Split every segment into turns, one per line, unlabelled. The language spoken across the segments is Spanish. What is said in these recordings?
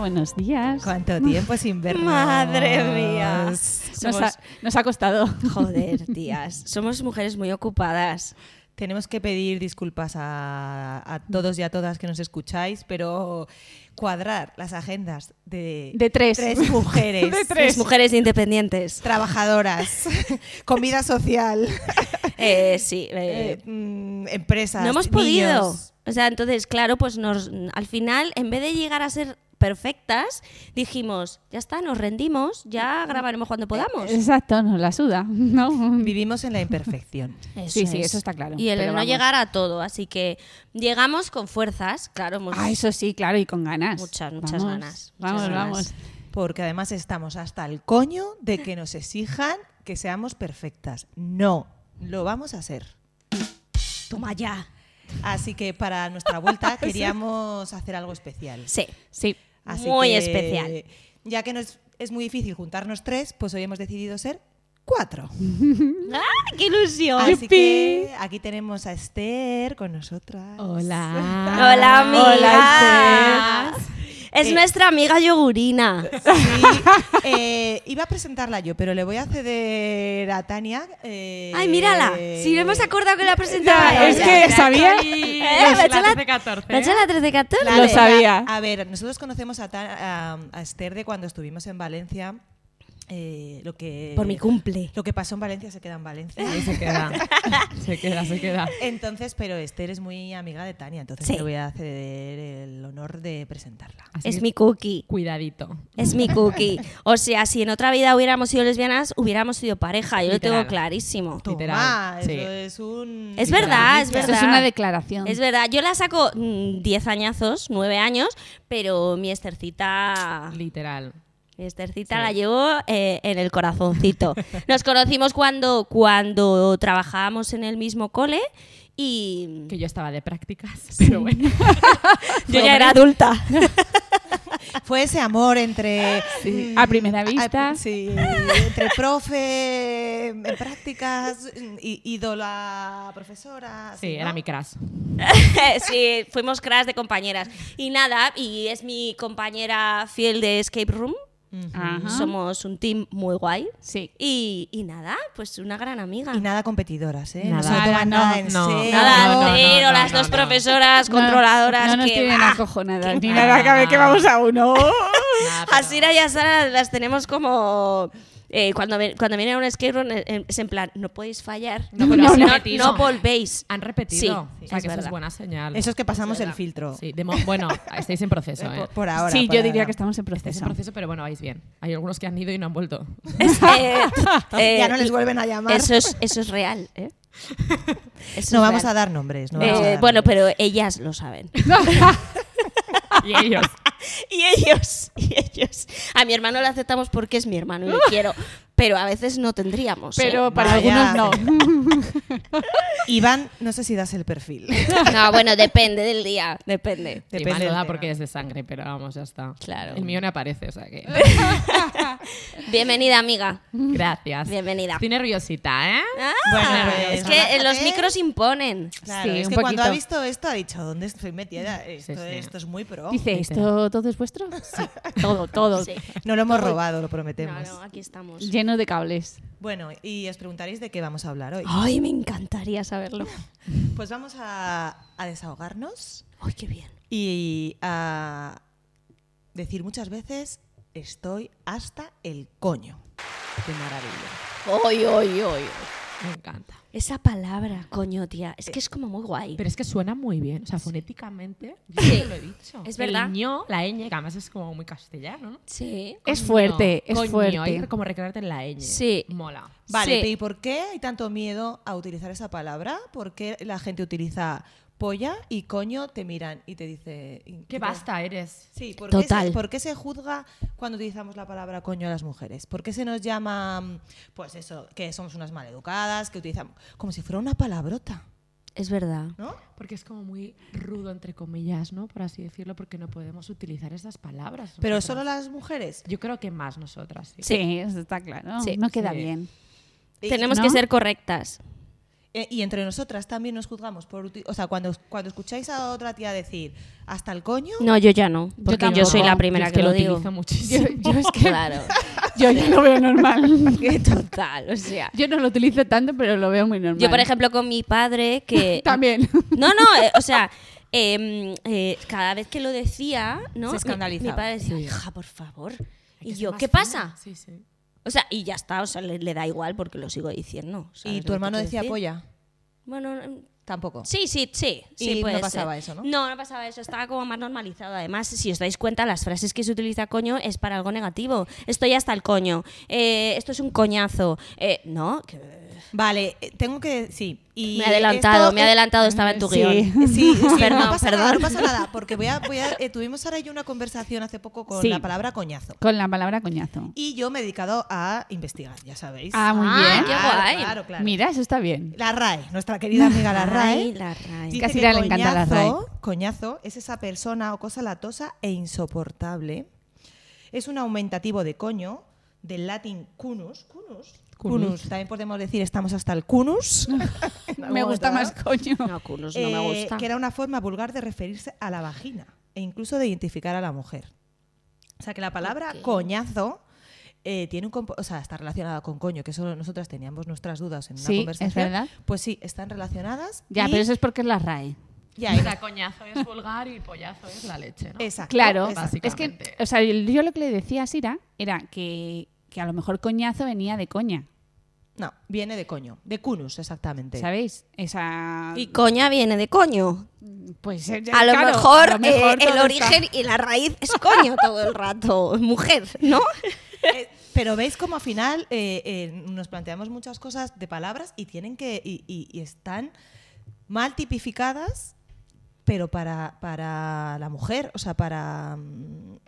buenos días.
¿Cuánto tiempo sin vernos?
Madre mía.
Nos
Somos-
ha, nos ha costado.
Joder, tías. Somos mujeres muy ocupadas.
Tenemos que pedir disculpas a, a todos y a todas que nos escucháis, pero cuadrar las agendas de,
De tres.
mujeres
De
Tres mujeres independientes.
trabajadoras con vida social,
Eh, sí. eh,
eh, mm, empresas,
no hemos podido.
niños.
O sea, entonces, claro, pues nos al final, en vez de llegar a ser perfectas, dijimos, ya está, nos rendimos, ya grabaremos cuando podamos.
Exacto, nos la suda, ¿no?
Vivimos en la imperfección.
Eh, Sí, sí, eso está claro,
Y el
pero
no
vamos.
llegar a todo, así que llegamos con fuerzas, claro, hemos-
Ah, eso sí, claro, y con ganas.
pues Muchas, muchas
Vamos,
ganas, muchas
Vamos,
ganas.
vamos.
Porque además estamos hasta el coño de que nos exijan que seamos perfectas. No, lo vamos a hacer.
toma ya.
Así que para nuestra vuelta queríamos hacer algo especial.
Sí.
Sí.
Así
Muy
que,
especial.
Ya que nos, es muy difícil juntarnos tres, pues hoy hemos decidido ser cuatro.
¡Ah, qué ilusión!
Así que aquí tenemos a Esther con nosotras.
Hola.
Hola, amiga.
Hola,
es
Eh.
nuestra amiga yogurina.
Sí, eh, iba a presentarla yo, pero le voy a ceder a Tania. eh,
Ay, mírala. Si no hemos acordado que la presentaba.
Ya, es
ella.
que sabía.
Eh,
Es
va a echar
la
la-
13-14,
va a echar la 13-14.
La
Lo
verdad,
sabía.
A ver, nosotros conocemos a, Ta- a- a Esther de cuando estuvimos en Valencia. eh, lo que
Por mi cumple.
Lo que pasó en Valencia se queda en Valencia.
Ahí se queda. Se queda, se queda.
Entonces, pero Esther es muy amiga de Tania, entonces
Sí.
le voy a ceder el honor de presentarla.
Así
Es
que
mi cookie.
Cuidadito.
Es mi cookie. O sea, si en otra vida hubiéramos sido lesbianas, hubiéramos sido pareja. Yo lo
Literal.
tengo clarísimo.
Toma,
Literal,
eso
sí.
es un...
Es verdad, es
Eso
verdad.
es una declaración.
Es verdad, yo la saco mm, 10 añazos, 9 años, pero mi estercita,
Literal.
mi estercita la llevo eh, en el corazoncito. Nos conocimos cuando, cuando trabajábamos en el mismo cole y
Que yo estaba de prácticas, pero bueno.
yo ya era adulta.
Fue ese amor entre...
Sí,
mm,
a primera vista.
sí, entre profe, en prácticas, mm, í- ídola, profesora...
Sí,
así, ¿no?
era mi crush.
sí, fuimos crash de compañeras. Y nada, y es mi compañera fiel de Escape Room.
Ajá.
Somos un team muy guay.
Sí.
Y, y nada, pues una gran amiga.
Y nada competidoras, ¿eh?
Nada.
no se lo toman
Nada,
nada
no,
en
no.
serio.
Nada,
No, no, no,
cero,
no,
las
no,
dos
no.
profesoras
No-
controladoras.
No, nos
que,
tienen
¡ah!
acojonadas.
que-
Ni nada, cada vez que vamos a uno.
Nada, pero-
A Sira y a Sara las tenemos como. eh, cuando, ven- cuando vienen a un escape room eh, eh, es en plan, no podéis fallar.
No,
no,
pero
no,
han
no,
repetido.
volvéis.
Han repetido.
Sí,
o sea,
es
que eso
verdad.
es buena señal.
Eso es que pasamos el filtro.
Sí, de mo- bueno, estáis en proceso,
Eh,
¿eh?
por, por ahora.
sí,
por
yo diría
ahora.
que estamos en
Estáis
proceso.
en proceso, pero bueno, vais bien. Hay algunos que han ido y no han vuelto.
Es- eh, eh,
Ya no les vuelven a llamar.
Eso es, eso es real. ¿eh? Eso
no
es
vamos
real.
a dar nombres. No
Eh,
vamos a dar
bueno,
nombres.
pero ellas lo saben.
Y ellos.
y ellos, y ellos. A mi hermano lo aceptamos porque es mi hermano y lo quiero. Pero a veces no tendríamos. ¿eh?
Pero para
Vaya.
algunos no.
Iván, no sé si das el perfil.
No, bueno, depende del día. Depende.
Sí,
Depende
mal no
del
da
tema.
porque es de sangre, pero vamos, ya está.
Claro.
El mío no aparece, o sea que.
Bienvenida, amiga.
Gracias.
Bienvenida.
Estoy nerviosita, ¿eh?
Ah,
Bueno,
es
pues,
que eh,
relájate.
los micros imponen.
Claro,
Sí,
es
un
que cuando
poquito.
ha visto esto ha dicho, ¿dónde estoy metida? Esto,
sí.
esto es muy pro.
Dice, ¿esto todo es vuestro? Sí, todo, todo.
Sí.
No lo hemos robado, lo prometemos.
No, no, aquí estamos.
Lleno de cables.
Bueno, y os preguntaréis de qué vamos a hablar hoy.
Ah.
Ay, me encantaría saberlo.
Pues vamos a, a desahogarnos
Ay, qué bien.
y a decir muchas veces, estoy hasta el coño. Qué maravilla.
Ay, ay, ay.
Me encanta.
Esa palabra, coño, tía. Es que es como muy guay.
Pero es que suena muy bien, o sea, fonéticamente. Yo
Sí.
te lo he dicho.
Es verdad.
El ño, la ñ, que además es como muy castellano, ¿no?
Sí.
Es fuerte,
Coño,
es fuerte.
Hay que como recrearte en la ñ.
Sí.
Mola.
Vale,
Sí.
¿y por qué hay tanto miedo a utilizar esa palabra? ¿Por qué la gente utiliza polla y coño te miran y te dice... y-
Qué
y-
basta eres.
Sí, ¿por, qué
Total.
se- por qué se juzga cuando utilizamos la palabra coño a las mujeres? ¿Por qué se nos llama, mm, pues eso, que somos unas maleducadas, que utilizamos como si fuera una palabrota,
Es verdad.
¿no?
Porque es como muy rudo, entre comillas, ¿no? Por así decirlo, porque no podemos utilizar esas palabras.
Pero solo
nosotras.
las mujeres.
Yo creo que más nosotras, sí.
Sí, eso está claro.
Sí.
no queda
Sí.
bien.
Y-
Tenemos
¿no?
que ser correctas.
Eh, y entre nosotras también nos juzgamos por uti- o sea cuando cuando escucháis a otra tía decir hasta el coño
No, yo ya no. Porque yo, soy
tampoco.
la primera
Yo es
que, lo digo.
utilizo
Yo,
muchísimo.
yo es que
Claro.
yo ya lo veo normal.
Qué total, o sea.
Yo no lo utilizo tanto, pero lo veo muy normal.
Yo, por ejemplo, eh, con mi padre, que.
También.
No, no, eh, o sea, eh, mm, eh, cada vez que lo decía, ¿no?
Se
Mi-
escandalizaba.
Mi, padre decía,
Sí.
hija, por favor.
Hay que
Y
ser
yo,
más
¿qué
fina.
pasa?
Sí, sí.
O sea, y ya está, o sea, le, le da igual porque lo sigo diciendo. ¿sabes
y
lo
tu
que
hermano
quiero
decía
decir?
polla
Bueno, mm,
tampoco
sí, sí, sí. sí,
Y
puede
no pasaba
ser.
eso, ¿no?
No, no pasaba eso, estaba como más normalizado. Además, si os dais cuenta, las frases que se utiliza coño es para algo negativo. Estoy hasta el coño, eh, esto es un coñazo. Eh, no, que-
vale eh, tengo que sí y
me he adelantado,
esto
me he
es-
adelantado, estaba en tu
sí.
guión.
Sí, sí,
Perdón,
no pasa nada,
perdón.
no pasa nada, porque voy a, voy a- eh, tuvimos ahora yo una conversación hace poco con
Sí.
la palabra coñazo.
Con la palabra coñazo.
Y yo me he dedicado a investigar, ya sabéis.
Ah, muy
Ah,
bien.
qué guay.
Claro, claro.
Mira, eso está bien.
La RAE, nuestra querida amiga la
Ay,
RAE.
la RAE.
dice
Casi
que
ya le encanta la
coñazo- Coñazo es esa persona o cosa latosa e insoportable. Es un aumentativo de coño, del latín cunus. Cunus.
Cunus.
Cunus. También podemos decir estamos hasta el cunus. En algún
Me gusta más
momento dado.
coño.
No, culos, no me
Eh,
gusta.
Que era una forma vulgar de referirse a la vagina e incluso de identificar a la mujer. O sea, que la palabra coñazo eh, tiene un compo- o sea, está relacionada con coño, que solo nosotras teníamos nuestras dudas en una
Sí,
conversación.
es verdad.
Pues sí, están relacionadas.
Ya,
y-
pero eso es porque es la RAE.
ya,
O sea, coñazo es vulgar y pollazo es la leche, ¿no?
Exacto.
Claro,
exacto.
es que,
básicamente.
o sea, yo lo que le decía a Sira era que, que a lo mejor coñazo venía de coña,
No, viene de coño, de cunus, exactamente.
¿sabéis? Esa,
Y coña viene de coño.
pues, eh,
A lo
claro,
mejor,
a lo mejor
eh, el
todo está-
origen y la raíz es coño todo el rato, mujer, ¿no?
Eh, pero veis como al final eh, eh, nos planteamos muchas cosas de palabras y tienen que y, y- y están mal tipificadas, pero para, para la mujer, o sea, para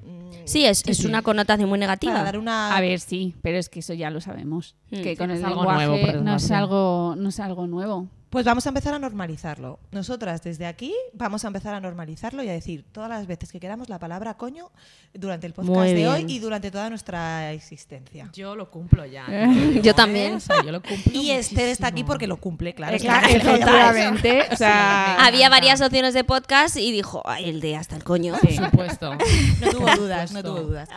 mm,
Sí, es, es una connotación muy
para
negativa.
dar una
A ver, sí, pero es que eso ya lo sabemos.
Mm.
que
Sí,
con
no
el
es algo
lenguaje
nuevo, por
no, es
desgracia.
algo, no es algo nuevo.
Pues vamos a empezar a normalizarlo. Nosotras desde aquí vamos a empezar a normalizarlo y a decir todas las veces que queramos la palabra coño durante el podcast
Muy
de
bien.
hoy y durante toda nuestra existencia.
Yo lo cumplo ya.
Eh.
te lo digo,
Yo
¿eh?
también.
O sea, yo lo cumplo
Y Esther está aquí
muchísimo.
porque lo cumple, claro.
Eh,
es que la gente lo sabe.
efectivamente. O sea,
Había varias opciones de podcast y dijo, "Ay, el de hasta el coño.
Por supuesto.
No tuvo
Por
dudas, no
supuesto.
tuvo dudas.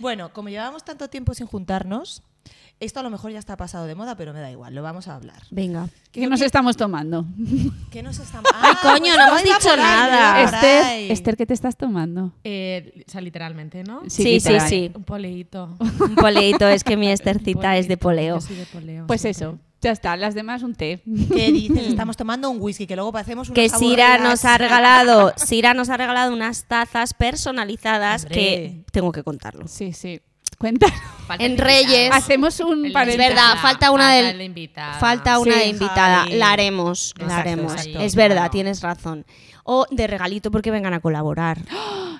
Bueno, como llevábamos tanto tiempo sin juntarnos, esto a lo mejor ya está pasado de moda, pero me da igual, lo vamos a hablar.
Venga.
¿qué nos estamos tomando?
¿Qué nos estamos.? Ah, pues
Ay, coño, no hemos dicho nada.
Esther, Esther, ¿qué te estás tomando?
Eh, o sea, literalmente, ¿no?
Sí, sí,
literal.
sí.
Un poleito.
Un poleito, es que mi Estercita
Poleito,
es de poleo.
Yo soy de poleo.
Pues
siempre.
eso, ya está. Las demás un té.
¿Qué dices? Estamos tomando un whisky, que luego parecemos unos
Que Sira
aburridas.
nos ha regalado, Sira nos ha regalado unas tazas personalizadas
Hombre.
que tengo que contarlo.
Sí, sí. Cuenta.
Falta
En
el de
Reyes.
invitado.
Hacemos un
El de
paréntesis.
Es verdad, falta una del-
el de invitada.
Falta una
Sí,
de invitada,
Javi.
la haremos, la
Exacto,
haremos.
exacto.
Es verdad,
Claro.
tienes razón. O de regalito porque vengan a colaborar.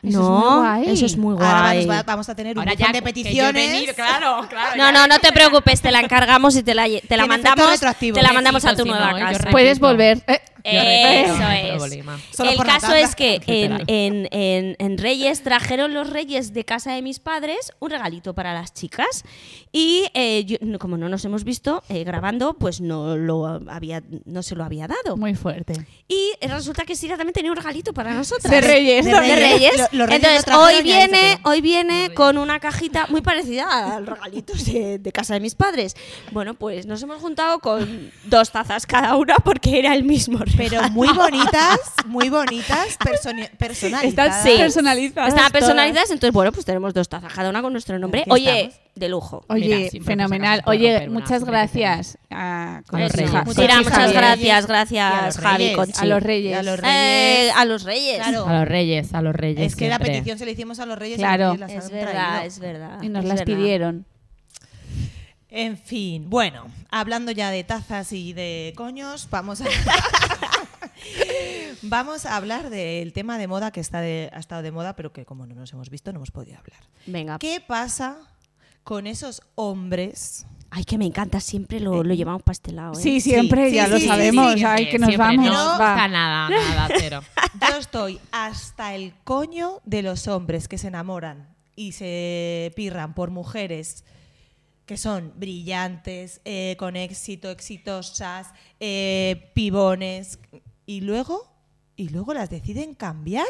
Eso es muy
no,
guay.
eso es muy
Ahora
guay.
nos va- vamos a tener un
Ahora
montón de
ya que yo he
peticiones.
venido, claro, claro.
No,
ya.
no, no te preocupes, te la encargamos y te la, lle- te la
Tiene efecto
mandamos,
retroactivo.
te la mandamos a
Besito,
tu
si
nueva
no, ¿eh? Yo
casa.
repito.
Puedes volver. Eh,
Yo repito, no hay
Eso es.
problema.
Solo
el
por la
caso
tanda.
es que en,
Literal.
en- en- en Reyes trajeron los Reyes de casa de mis padres un regalito para las chicas y eh, yo- no- como no nos hemos visto eh, grabando, pues no, lo había, no se lo había dado.
Muy fuerte.
Y resulta que Sira también tenía un regalito para nosotras.
De Reyes.
De
De
Reyes.
Reyes. Lo- los Reyes
Entonces,
lo trajeron
hoy
y ahí se
viene,
quedó.
hoy viene con una cajita muy parecida a los regalitos de, de casa de mis padres. Bueno, pues nos hemos juntado con dos tazas cada una porque era el mismo regalo.
Pero muy bonitas, muy bonitas, personi- personalizadas.
Están- sí. Eh, personalizadas
Estaban
todas.
personalizadas, entonces, bueno, pues tenemos dos tazas, cada una con nuestro nombre.
Aquí
Oye,
estamos.
de lujo.
Oye,
Mira, siempre
fenomenal.
sacamos por
Oye,
romper una,
muchas
siempre que
gracias a, con
los
Javi.
Muchas,
Reyes.
Muchas
muchas
gracias.
gracias,
Y a
gracias,
los
Javi,
Reyes,
Conchi.
a los Reyes.
A los Reyes.
Eh, a los Reyes.
Claro.
A los Reyes, a los Reyes.
Es que la
siempre.
petición se la hicimos a los Reyes
Claro.
y ellos las
Es
han
verdad,
traído.
es verdad.
Y
Ah,
nos
es
las
verdad.
pidieron.
En fin, bueno, hablando ya de tazas y de coños, vamos a, vamos a hablar del tema de moda que está de- ha estado de moda, pero que como no nos hemos visto no hemos podido hablar.
Venga.
¿Qué pasa con esos hombres?
Ay, que me encanta, siempre lo, lo llevamos pastelado. ¿eh?
Sí, siempre,
sí,
ya
sí,
lo
sí,
sabemos.
sí, sí,
Ay,
Siempre,
que nos
siempre.
vamos.
No
va.
está nada, nada, cero.
Yo estoy hasta el coño de los hombres que se enamoran y se pirran por mujeres que son brillantes, eh, con éxito, exitosas, eh, pibones, y luego, y luego las deciden cambiar.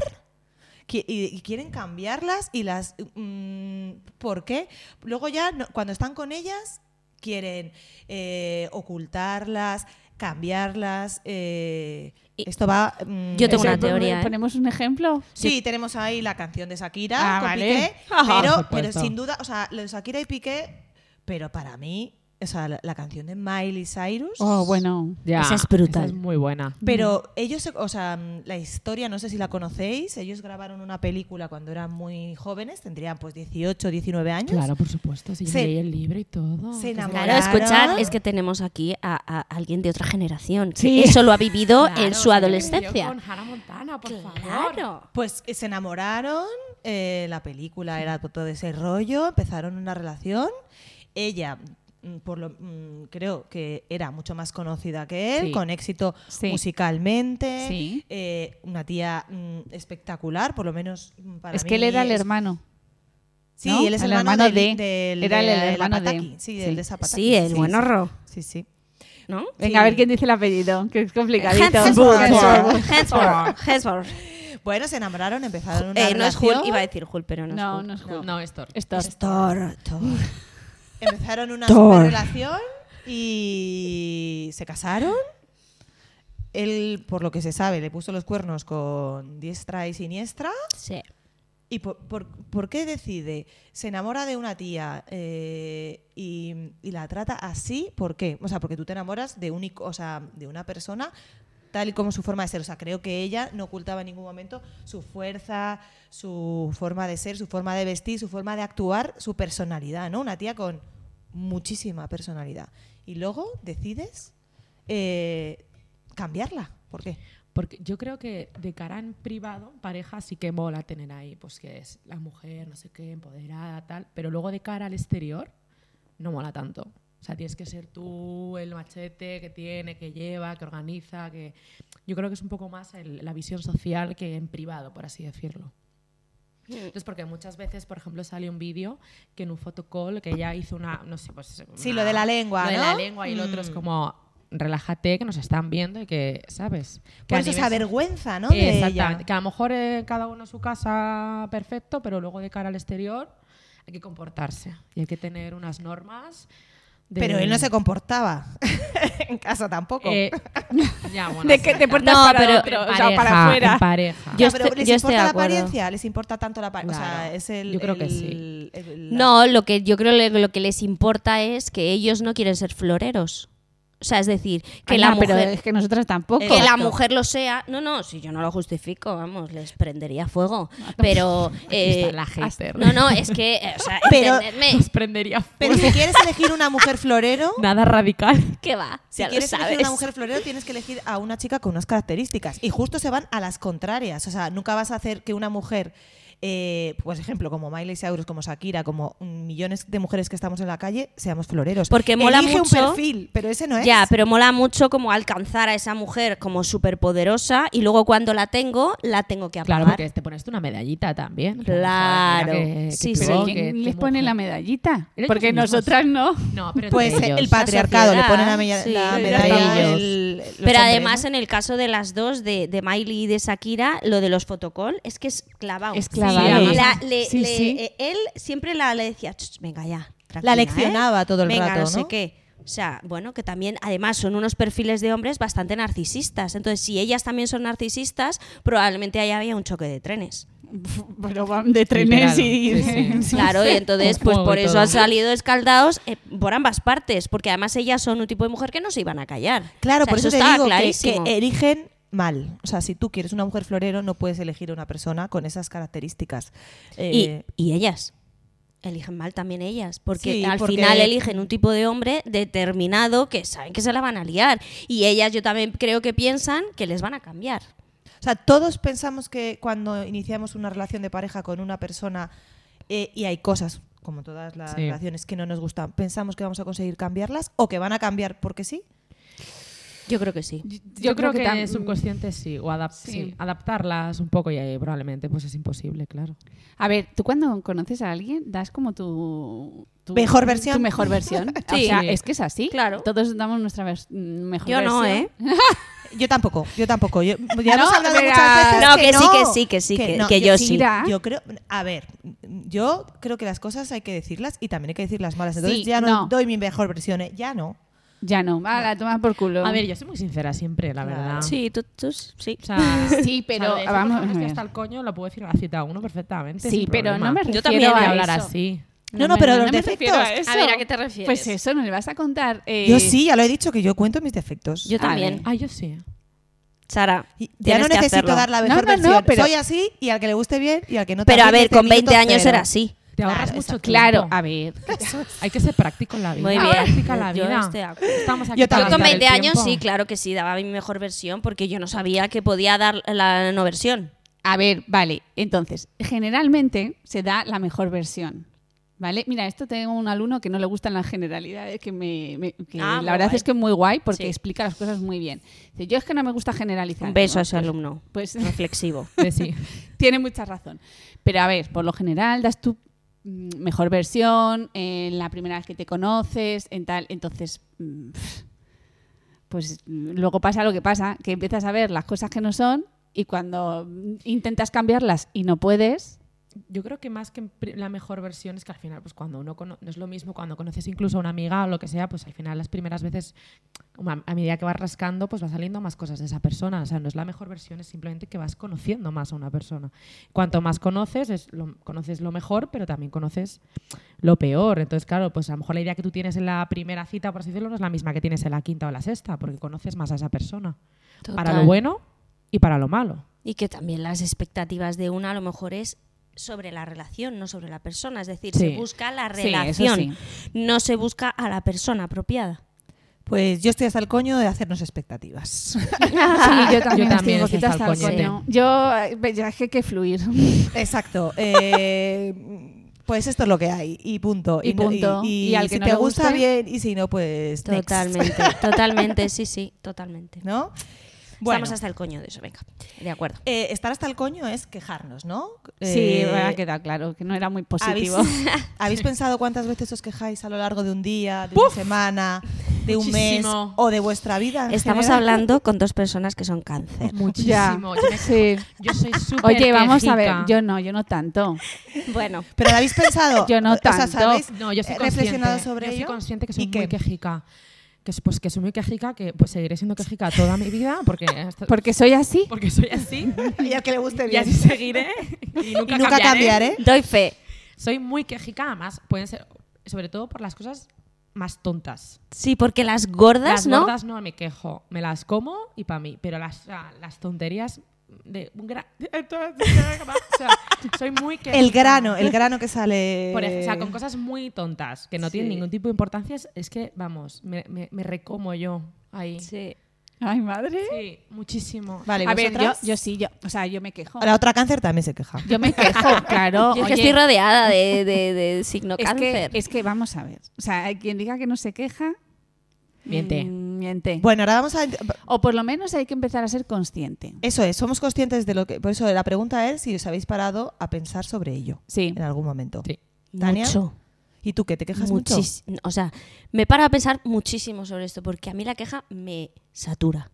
Qui- Y, y quieren cambiarlas y las... mm, ¿Por qué? Luego ya, no- cuando están con ellas, quieren eh, ocultarlas, cambiarlas. eh,
Y-
esto va... mm,
Yo tengo
es
una
el-
Pero,
teoría, ¿eh?
¿Ponemos un ejemplo?
Sí, tenemos ahí la canción de Shakira
Ah,
con
vale.
Piqué,
Ajá,
pero,
por
pero
supuesto.
sin duda, o sea, lo de Shakira y Piqué, pero para mí, o sea, la, la canción de Miley Cyrus,
Oh, bueno.
Ya,
Esa es brutal.
esa es muy buena.
pero ellos, se- o sea, mm, la historia, no sé si la conocéis, ellos grabaron una película cuando eran muy jóvenes, tendrían pues 18, 19 años.
Claro, por supuesto. Si yo
Se-
leí el libro y todo.
se
Que
enamoró.
Claro,
Claro.
escuchad, es que tenemos aquí a, a alguien de otra generación.
Sí.
que Eso lo ha vivido
Claro,
en
se
su
me
adolescencia.
vio Con Hannah Montana, por favor.
Claro.
Pues eh, se enamoraron, eh, la película era todo ese rollo, empezaron una relación, ella mm, por lo mm, creo que era mucho más conocida que él,
Sí.
con éxito
Sí.
musicalmente,
Sí.
eh, una tía mm, espectacular, por lo menos mm, para
es
mí
que él era el
es-
hermano.
Sí,
¿no?
él es
El
el hermano,
hermano
del-
de-
del-
era el
de la-
hermano de-
Pataki, sí, del
sí.
de Zapataki.
Sí, el
sí,
buenorro,
Sí, sí.
¿no?
Venga, a ver quién dice el apellido, que es complicadito.
Hensburg.
Hensburg.
Hensburg. Hensburg.
Bueno, se enamoraron, empezaron una
Eh, no es Hulk,
relación.
iba a decir Hulk, pero no, es
No,
Hulk.
no es Hulk.
No, esto.
Esto.
Thor, Empezaron una relación y se casaron. Él, por lo que se sabe, le puso los cuernos con diestra y siniestra.
Sí.
¿Y por, por- por qué decide? Se enamora de una tía eh, y, y la trata así. ¿Por qué? O sea, porque tú te enamoras de, un, ic- o sea, de una persona tal y como su forma de ser. O sea, creo que ella no ocultaba en ningún momento su fuerza, su forma de ser, su forma de vestir, su forma de actuar, su personalidad, ¿no? Una tía con muchísima personalidad. Y luego decides eh, cambiarla. ¿Por qué?
Porque yo creo que de cara en privado, pareja sí que mola tener ahí, pues que es la mujer, no sé qué, empoderada, tal. Pero luego de cara al exterior, no mola tanto. O sea, tienes que ser tú el machete que tiene, que lleva, que organiza, que... Yo creo que es un poco más el- la visión social que en privado, por así decirlo.
Hmm.
Entonces, porque muchas veces, por ejemplo, sale un vídeo que en un photocall que ella hizo una, no sé, pues...
Sí,
una-
lo de la lengua,
lo de
¿no?
la lengua y el otro es
Mm.
como, relájate, que nos están viendo y que, ¿sabes? Que
Por
a
eso esa
nivel-
vergüenza, ¿no? De ella.
Exactamente. Que a lo mejor eh, cada uno en su casa perfecto, pero luego de cara al exterior hay que comportarse y hay que tener unas normas. de-
Pero él no se comportaba en casa tampoco.
Eh, ya, bueno,
¿De
sí,
qué te
claro.
portas
No,
para
pero-
otro?
En
O sea,
pareja,
para afuera.
en pareja.
Yo
Ya, Ah, pero
estoy-
¿Les
yo estoy
importa
de
la
acuerdo.
apariencia? ¿Les importa tanto la apariencia? O sea,
Claro.
es el.
Yo creo que
el-
sí.
el- la-
No, lo que yo creo que lo que les importa es que ellos no quieren ser floreros. O sea, es decir, que
Ah,
la
no, pero
mujer
es que nosotras tampoco.
que la
Exacto.
mujer lo sea. No, no, si yo no lo justifico, vamos, les prendería fuego.
Ah,
Pero.
Aquí
eh,
está la hater.
no, no, es que. eh, O sea,
Pero-
entendedme,
Nos prendería fuego.
Pero si quieres elegir una mujer florero,
Nada radical.
que va.
si
ya lo
quieres elegir
sabes.
una mujer florero, tienes que elegir a una chica con unas características. Y justo se van a las contrarias. O sea, nunca vas a hacer que una mujer. eh, por ejemplo, como Miley Cyrus, como Shakira, como millones de mujeres que estamos en la calle, seamos floreros.
Porque mola
Elige
mucho-
un perfil, pero ese no es.
Ya, pero mola mucho como alcanzar a esa mujer como superpoderosa y luego cuando la tengo, la tengo que apagar.
Claro, porque te pones tú una medallita también. Joder,
Claro.
mira que- que
Sí,
tú,
sí.
Pero
que-
¿quién
que
les pone
mujer.
la medallita?
Ellos
Porque
mismos.
nosotras no.
No, pero
Pues
entre
eh, el
ellos.
patriarcado le
sociedad,
pone la, mella-
sí.
la
Sí,
medalla.
ellos.
el- los
Pero
hombres,
además
¿no?
en el caso de las dos, de, de Miley y de Shakira, lo de los fotocall es que es clavado.
Es clavado.
Sí,
La- le-
Sí,
le-
sí.
eh, él siempre la, le decía, "Ch, venga ya. tranquila,
La leccionaba
¿eh?
todo el
venga,
rato,
no,
¿no?
sé qué. O sea, bueno, que también, además, son unos perfiles de hombres bastante narcisistas. Entonces, si ellas también son narcisistas, probablemente ahí había un choque de trenes.
Pero van de trenes y...
Literal, sí, sí.
Claro, y entonces, pues
Juego y
por eso
todo.
han salido escaldados eh, por ambas partes, porque además ellas son un tipo de mujer que no se iban a callar. O
Claro,
sea,
por eso, te
estaba
digo que- que,
clarísimo.
eligen mal. O sea, si tú quieres una mujer florero, no puedes elegir a una persona con esas características.
Y,
Eh,
y ellas. Eligen mal también ellas, porque
Sí,
al
porque-
final eligen un tipo de hombre determinado que saben que se la van a liar. Y ellas yo también creo que piensan que les van a cambiar.
o sea, todos pensamos que cuando iniciamos una relación de pareja con una persona eh, y hay cosas, como todas las
Sí.
relaciones que no nos gustan, pensamos que vamos a conseguir cambiarlas o que van a cambiar porque sí.
Yo creo que sí.
Yo,
Yo creo, que,
tam-
subconsciente sí, o adap-
Sí.
sí, adaptarlas un poco y ahí probablemente pues es imposible, claro.
A ver, tú cuando conoces a alguien das como tu, tu-
Mejor versión.
Tu mejor versión. o
Sí.
sea,
Sí.
es que es así.
Claro.
Todos damos nuestra vers- mejor
Yo
versión.
no, ¿eh?
Yo tampoco, yo tampoco. Yo- ya
No,
hemos hablado
pero-
muchas veces.
No,
que,
que sí,
no.
que sí, que sí, que- que yo sí.
Mira.
Yo creo, a ver, yo creo que las cosas hay que decirlas y también hay que decir las malas. Entonces
Sí,
ya no,
no.
doy mi mejor versión, ¿eh? ya no.
Ya no. Ah, la tomas por culo.
A ver, yo soy muy sincera siempre, la
Claro.
verdad.
Sí, tú, tú sí.
O sea,
Sí, pero
o sea, lo de decir,
vamos
"Pues,
a
estoy
ver".
hasta el coño, lo puedo decir a la cita a uno perfectamente.
Sí,
sin
pero
problema.
no me refiero
Yo también
a
de
he
hablar
eso.
así.
No, no, pero los
me
defectos.
refiero eso.
A ver, ¿a qué te refieres?
Pues eso, no le vas a contar. eh,
Yo sí, ya lo he dicho, que yo cuento mis defectos.
Yo
A
también.
ver.
Ah, yo sí.
Sara,
Y ya
tienes
no
que
necesito
hacerlo.
dar la
No,
mejor
no, no,
versión.
pero-
Soy así y al que le guste bien y al que no
Pero a
también,
ver,
te
con
miento,
20 años
pero-
era así.
Te ahorras
Claro,
mucho
exacto.
Claro,
tiempo.
a ver.
Hay que ser práctico en la vida.
Muy bien.
Práctica en la
Yo
vida.
estoy de acuerdo.
Estamos aquí
Yo
para
Yo con
matar el
20 años
tiempo.
sí, claro que sí, daba mi mejor versión porque yo no sabía que podía dar la no versión.
A ver, vale. Entonces, generalmente se da la mejor versión. ¿Vale? Mira, esto tengo un alumno que no le gustan las generalidades, que, me, me- que
Ah, muy
la verdad
guay.
es que es muy guay porque
Sí.
explica las cosas muy bien. Dice, yo es que no me gusta generalizar.
Un beso
Digo,
a ese alumno.
Pues
Reflexivo.
De sí.
tiene mucha razón. Pero a ver, por lo general das tu mm, mejor versión en la primera vez que te conoces, en tal. Entonces, mm, pues mm, luego pasa lo que pasa, que empiezas a ver las cosas que no son y cuando mm, intentas cambiarlas y no puedes,
Yo creo que más que en pri- la mejor versión es que al final, pues cuando uno cono- no es lo mismo, cuando conoces incluso a una amiga o lo que sea, pues al final las primeras veces, como a, a medida que vas rascando, pues va saliendo más cosas de esa persona. O sea, no es la mejor versión, es simplemente que vas conociendo más a una persona. Cuanto más conoces, es lo, conoces lo mejor, pero también conoces lo peor. Entonces, claro, pues a lo mejor la idea que tú tienes en la primera cita, por así decirlo, no es la misma que tienes en la quinta o la sexta, porque conoces más a esa persona. Para lo
Total.
bueno y para lo malo.
Y que también las expectativas de una a lo mejor es sobre la relación, no sobre la persona. Es decir,
Sí.
se busca la
Sí,
relación,
eso sí.
no se busca a la persona apropiada.
Pues yo estoy hasta el coño de hacernos expectativas.
Sí, yo también,
Yo
estoy
también
un poquito
estoy
hasta el coño.
coño.
Yo, eh, ve, ya es que hay que fluir.
Exacto. eh, pues esto es lo que hay y punto.
Y
no-
punto.
Y,
Y al
si
que no
te
le
gusta
guste-
bien y si no, pues next,
Totalmente, totalmente, sí, sí, totalmente.
¿No? Bueno,
Estamos hasta el coño de eso, venga. De acuerdo.
eh, estar hasta el coño es quejarnos, ¿no?
Sí,
Eh,
ha quedado claro que no era muy
¿habéis,
positivo.
habéis pensado cuántas veces os quejáis a lo largo de un día, de una semana, de un mes
Muchísimo.
o de vuestra vida? en
Estamos
general?
hablando con dos personas que son cáncer.
Ya.
Muchísimo. Yo, me-
Sí.
yo soy súper
Oye, vamos a ver,
quejica.
yo no, yo no tanto.
Bueno,
Pero lo habéis pensado.
Yo no
O sea,
tanto.
¿sabéis?
No, yo soy
eh,
consciente.
reflexionado sobre
yo
ello?
soy consciente que soy
¿Y qué?
muy quejica. Que, es- pues que soy muy quejica, que pues seguiré siendo quejica toda mi vida porque, hasta-
Porque soy así.
porque soy así
Y al que le guste
y
bien.
así seguiré y
Y
nunca,
nunca cambiaré.
doy fe.
Soy muy quejica, además, pueden ser, sobre todo por las cosas más tontas.
Sí, porque las gordas,
Las
¿no?
gordas no me quejo, me las como y para mí, pero las, ah, las tonterías de un gra- O sea, soy muy quejica.
El grano, el grano que sale.
Por ej- o sea, con cosas muy tontas que no tienen
Sí.
ningún tipo de importancia, es, es que, vamos, me, me- me recomo yo ahí. Sí,
Sí.
Ay, madre.
muchísimo.
Vale,
A ver, yo,
¿vosotras?
yo sí, yo, o sea, yo me quejo.
La otra cáncer también se queja.
Yo me quejo, claro.
Yo es que
oye,
estoy rodeada de, de- de signo
es que,
cáncer.
es que vamos a ver. O sea, hay quien diga que no se queja,
Miente.
mm, miente.
Bueno, ahora vamos a.
O por lo menos hay que empezar a ser consciente.
Eso es, somos conscientes de lo que. Por eso la pregunta es si os habéis parado a pensar sobre ello
Sí.
en algún momento.
Sí.
Tania,
Mucho.
¿Y tú qué? ¿Te quejas mucho?
Muchis- O sea, me paro a pensar muchísimo sobre esto porque a mí la queja me satura.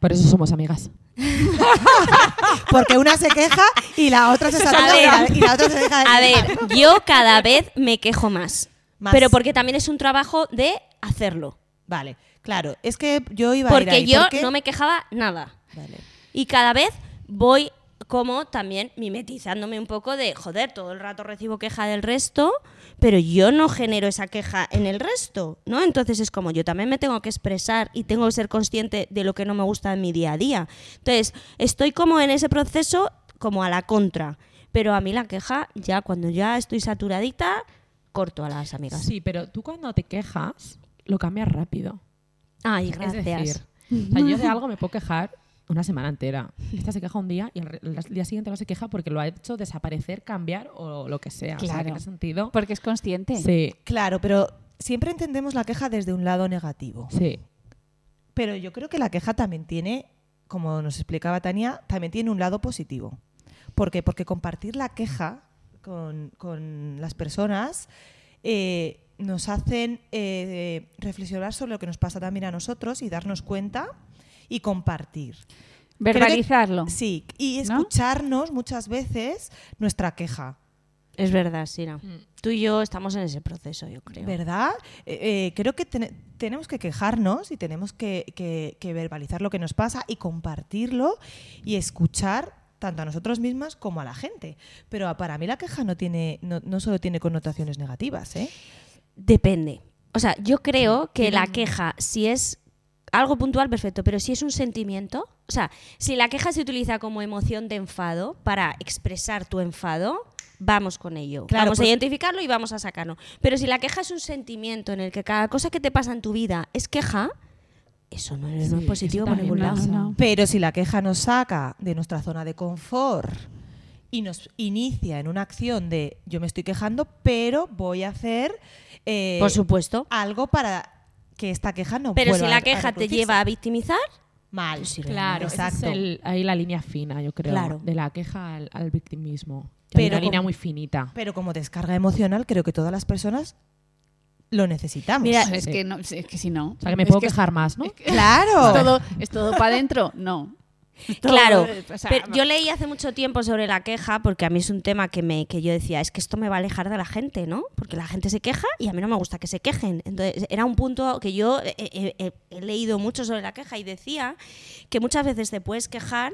Por eso somos amigas.
Porque una se queja y la otra se satura y la- y la otra se deja de
A ver,
quejar.
yo cada vez me quejo más.
Más.
Pero porque también es un trabajo de hacerlo.
Vale, claro. Es que yo iba a ir
Porque
ahí,
yo
¿por qué?
no me quejaba nada.
Vale.
Y cada vez voy como también mimetizándome un poco de, joder, todo el rato recibo queja del resto, pero yo no genero esa queja en el resto, ¿no? Entonces es como yo también me tengo que expresar y tengo que ser consciente de lo que no me gusta en mi día a día. Entonces, estoy como en ese proceso como a la contra, pero a mí la queja ya cuando ya estoy saturadita, corto a las amigas.
Sí, pero tú cuando te quejas, lo cambias rápido.
Ay, gracias.
Es decir, o sea, yo de algo me puedo quejar una semana entera. Esta se queja un día y al re- al día siguiente no se queja porque lo ha hecho desaparecer, cambiar o lo que sea. O sea,
Claro.
que en ese sentido.
Porque es consciente.
Sí,
Claro, pero siempre entendemos la queja desde un lado negativo.
sí.
Pero yo creo que la queja también tiene, como nos explicaba Tania, también tiene un lado positivo. ¿Por qué? Porque compartir la queja con, con las personas eh, nos hacen eh, reflexionar sobre lo que nos pasa también a nosotros y darnos cuenta y compartir. Creo que-
Verbalizarlo.
sí, y
¿no?
escucharnos muchas veces nuestra queja.
Es verdad, Sira.
mm.
Tú y yo estamos en ese proceso, yo creo.
¿Verdad? Eh, eh, creo que ten- tenemos que quejarnos y tenemos que, que- que verbalizar lo que nos pasa y compartirlo y escuchar tanto a nosotros mismas como a la gente. Pero a- para mí la queja no tiene, no, no solo tiene connotaciones negativas, ¿eh?
Depende. O sea, yo creo que la queja, si es algo puntual, perfecto, pero si es un sentimiento, o sea, si la queja se utiliza como emoción de enfado para expresar tu enfado, vamos con ello.
Claro,
vamos
pues-
a identificarlo y vamos a sacarlo. Pero si la queja es un sentimiento en el que cada cosa que te pasa en tu vida es queja, eso no es
Sí, eso
positivo por
también
ningún lado.
pasa.
No.
Pero si la queja nos saca de nuestra zona de confort y nos inicia en una acción de yo me estoy quejando, pero voy a hacer eh,
Por supuesto.
algo para que esta queja no
Pero si
vuelva a-
la
a
queja te
reproducirse.
lleva a victimizar,
mal.
pues sí,
Claro, esa
exacto.
es el- ahí la línea fina, yo creo,
Claro.
de la queja al, al victimismo. Que hay
Pero
una línea
como-
muy finita.
Pero como descarga emocional, creo que todas las personas lo necesitamos.
Mira,
Es
Sí.
que, no, es que si no.
O sea, que me
es
puedo
que es-
quejar más, ¿no?
¿Es
claro.
todo, ¿es todo para adentro? No. Es todo-
Claro,
o sea,
pero yo leí hace mucho tiempo sobre la queja, porque a mí es un tema que, me, que yo decía, es que esto me va a alejar de la gente, ¿no? Porque la gente se queja y a mí no me gusta que se quejen. Entonces, era un punto que yo eh, eh, eh, he leído mucho sobre la queja y decía que muchas veces te puedes quejar,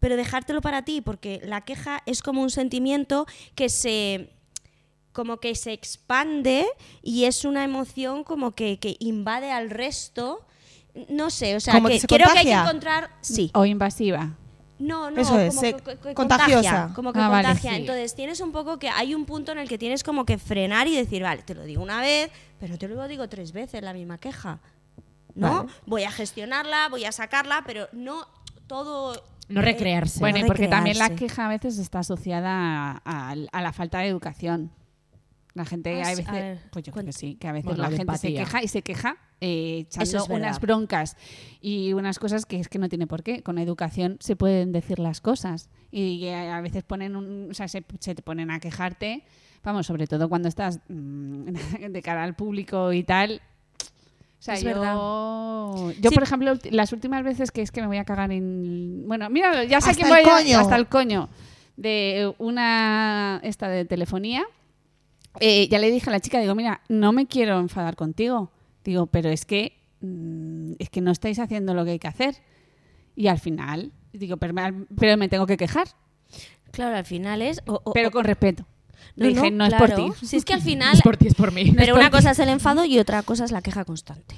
pero dejártelo para ti, porque la queja es como un sentimiento que se como que se expande y es una emoción como que, que invade al resto. No sé, o sea,
Como
que,
que se
creo que hay que
contagia.
encontrar... Sí.
O invasiva.
No, no,
Eso es,
como
se-
que, que- que
contagiosa.
contagia, como que
Ah, vale,
contagia.
sí.
Entonces tienes un poco que hay un punto en el que tienes como que frenar y decir, vale, te lo digo una vez, pero te lo digo tres veces la misma queja. ¿No?
Vale.
Voy a gestionarla, voy a sacarla, pero no todo
No
eh,
recrearse.
Bueno,
Bueno,
y
y
de
porque también la
crearse.
queja a veces está asociada a, a- a la falta de educación. La gente,
Ah,
hay
sí, a
veces,
ver,
pues yo creo
cuenta.
que sí, que a veces
Bueno,
la
de
gente se
empatía.
queja y se queja eh,
Eso es
echando
verdad.
unas broncas y unas cosas que es que no tiene por qué. Con educación se pueden decir las cosas y eh, a veces ponen un, o sea, se, se te ponen a quejarte, vamos, sobre todo cuando estás mm, de cara al público y tal. O sea,
Es
yo,
verdad.
yo
Sí.
por ejemplo, ulti- las últimas veces que es que me voy a cagar en... Bueno, mira, ya sé
Hasta
que
el
voy a-
coño.
hasta el coño de eh, una esta de telefonía. Eh, ya le dije a la chica, digo, mira, no me quiero enfadar contigo. Digo, pero es que mm, es que no estáis haciendo lo que hay que hacer. Y al final, digo, pero me, pero me tengo que quejar,
Claro, al final es. o- o-
pero
o-
con respeto. Le
no,
dije,
no,
no, es por
claro.
ti.
Si es que al final.
Es por ti, es por mí.
pero una cosa es el enfado y otra cosa es la queja constante.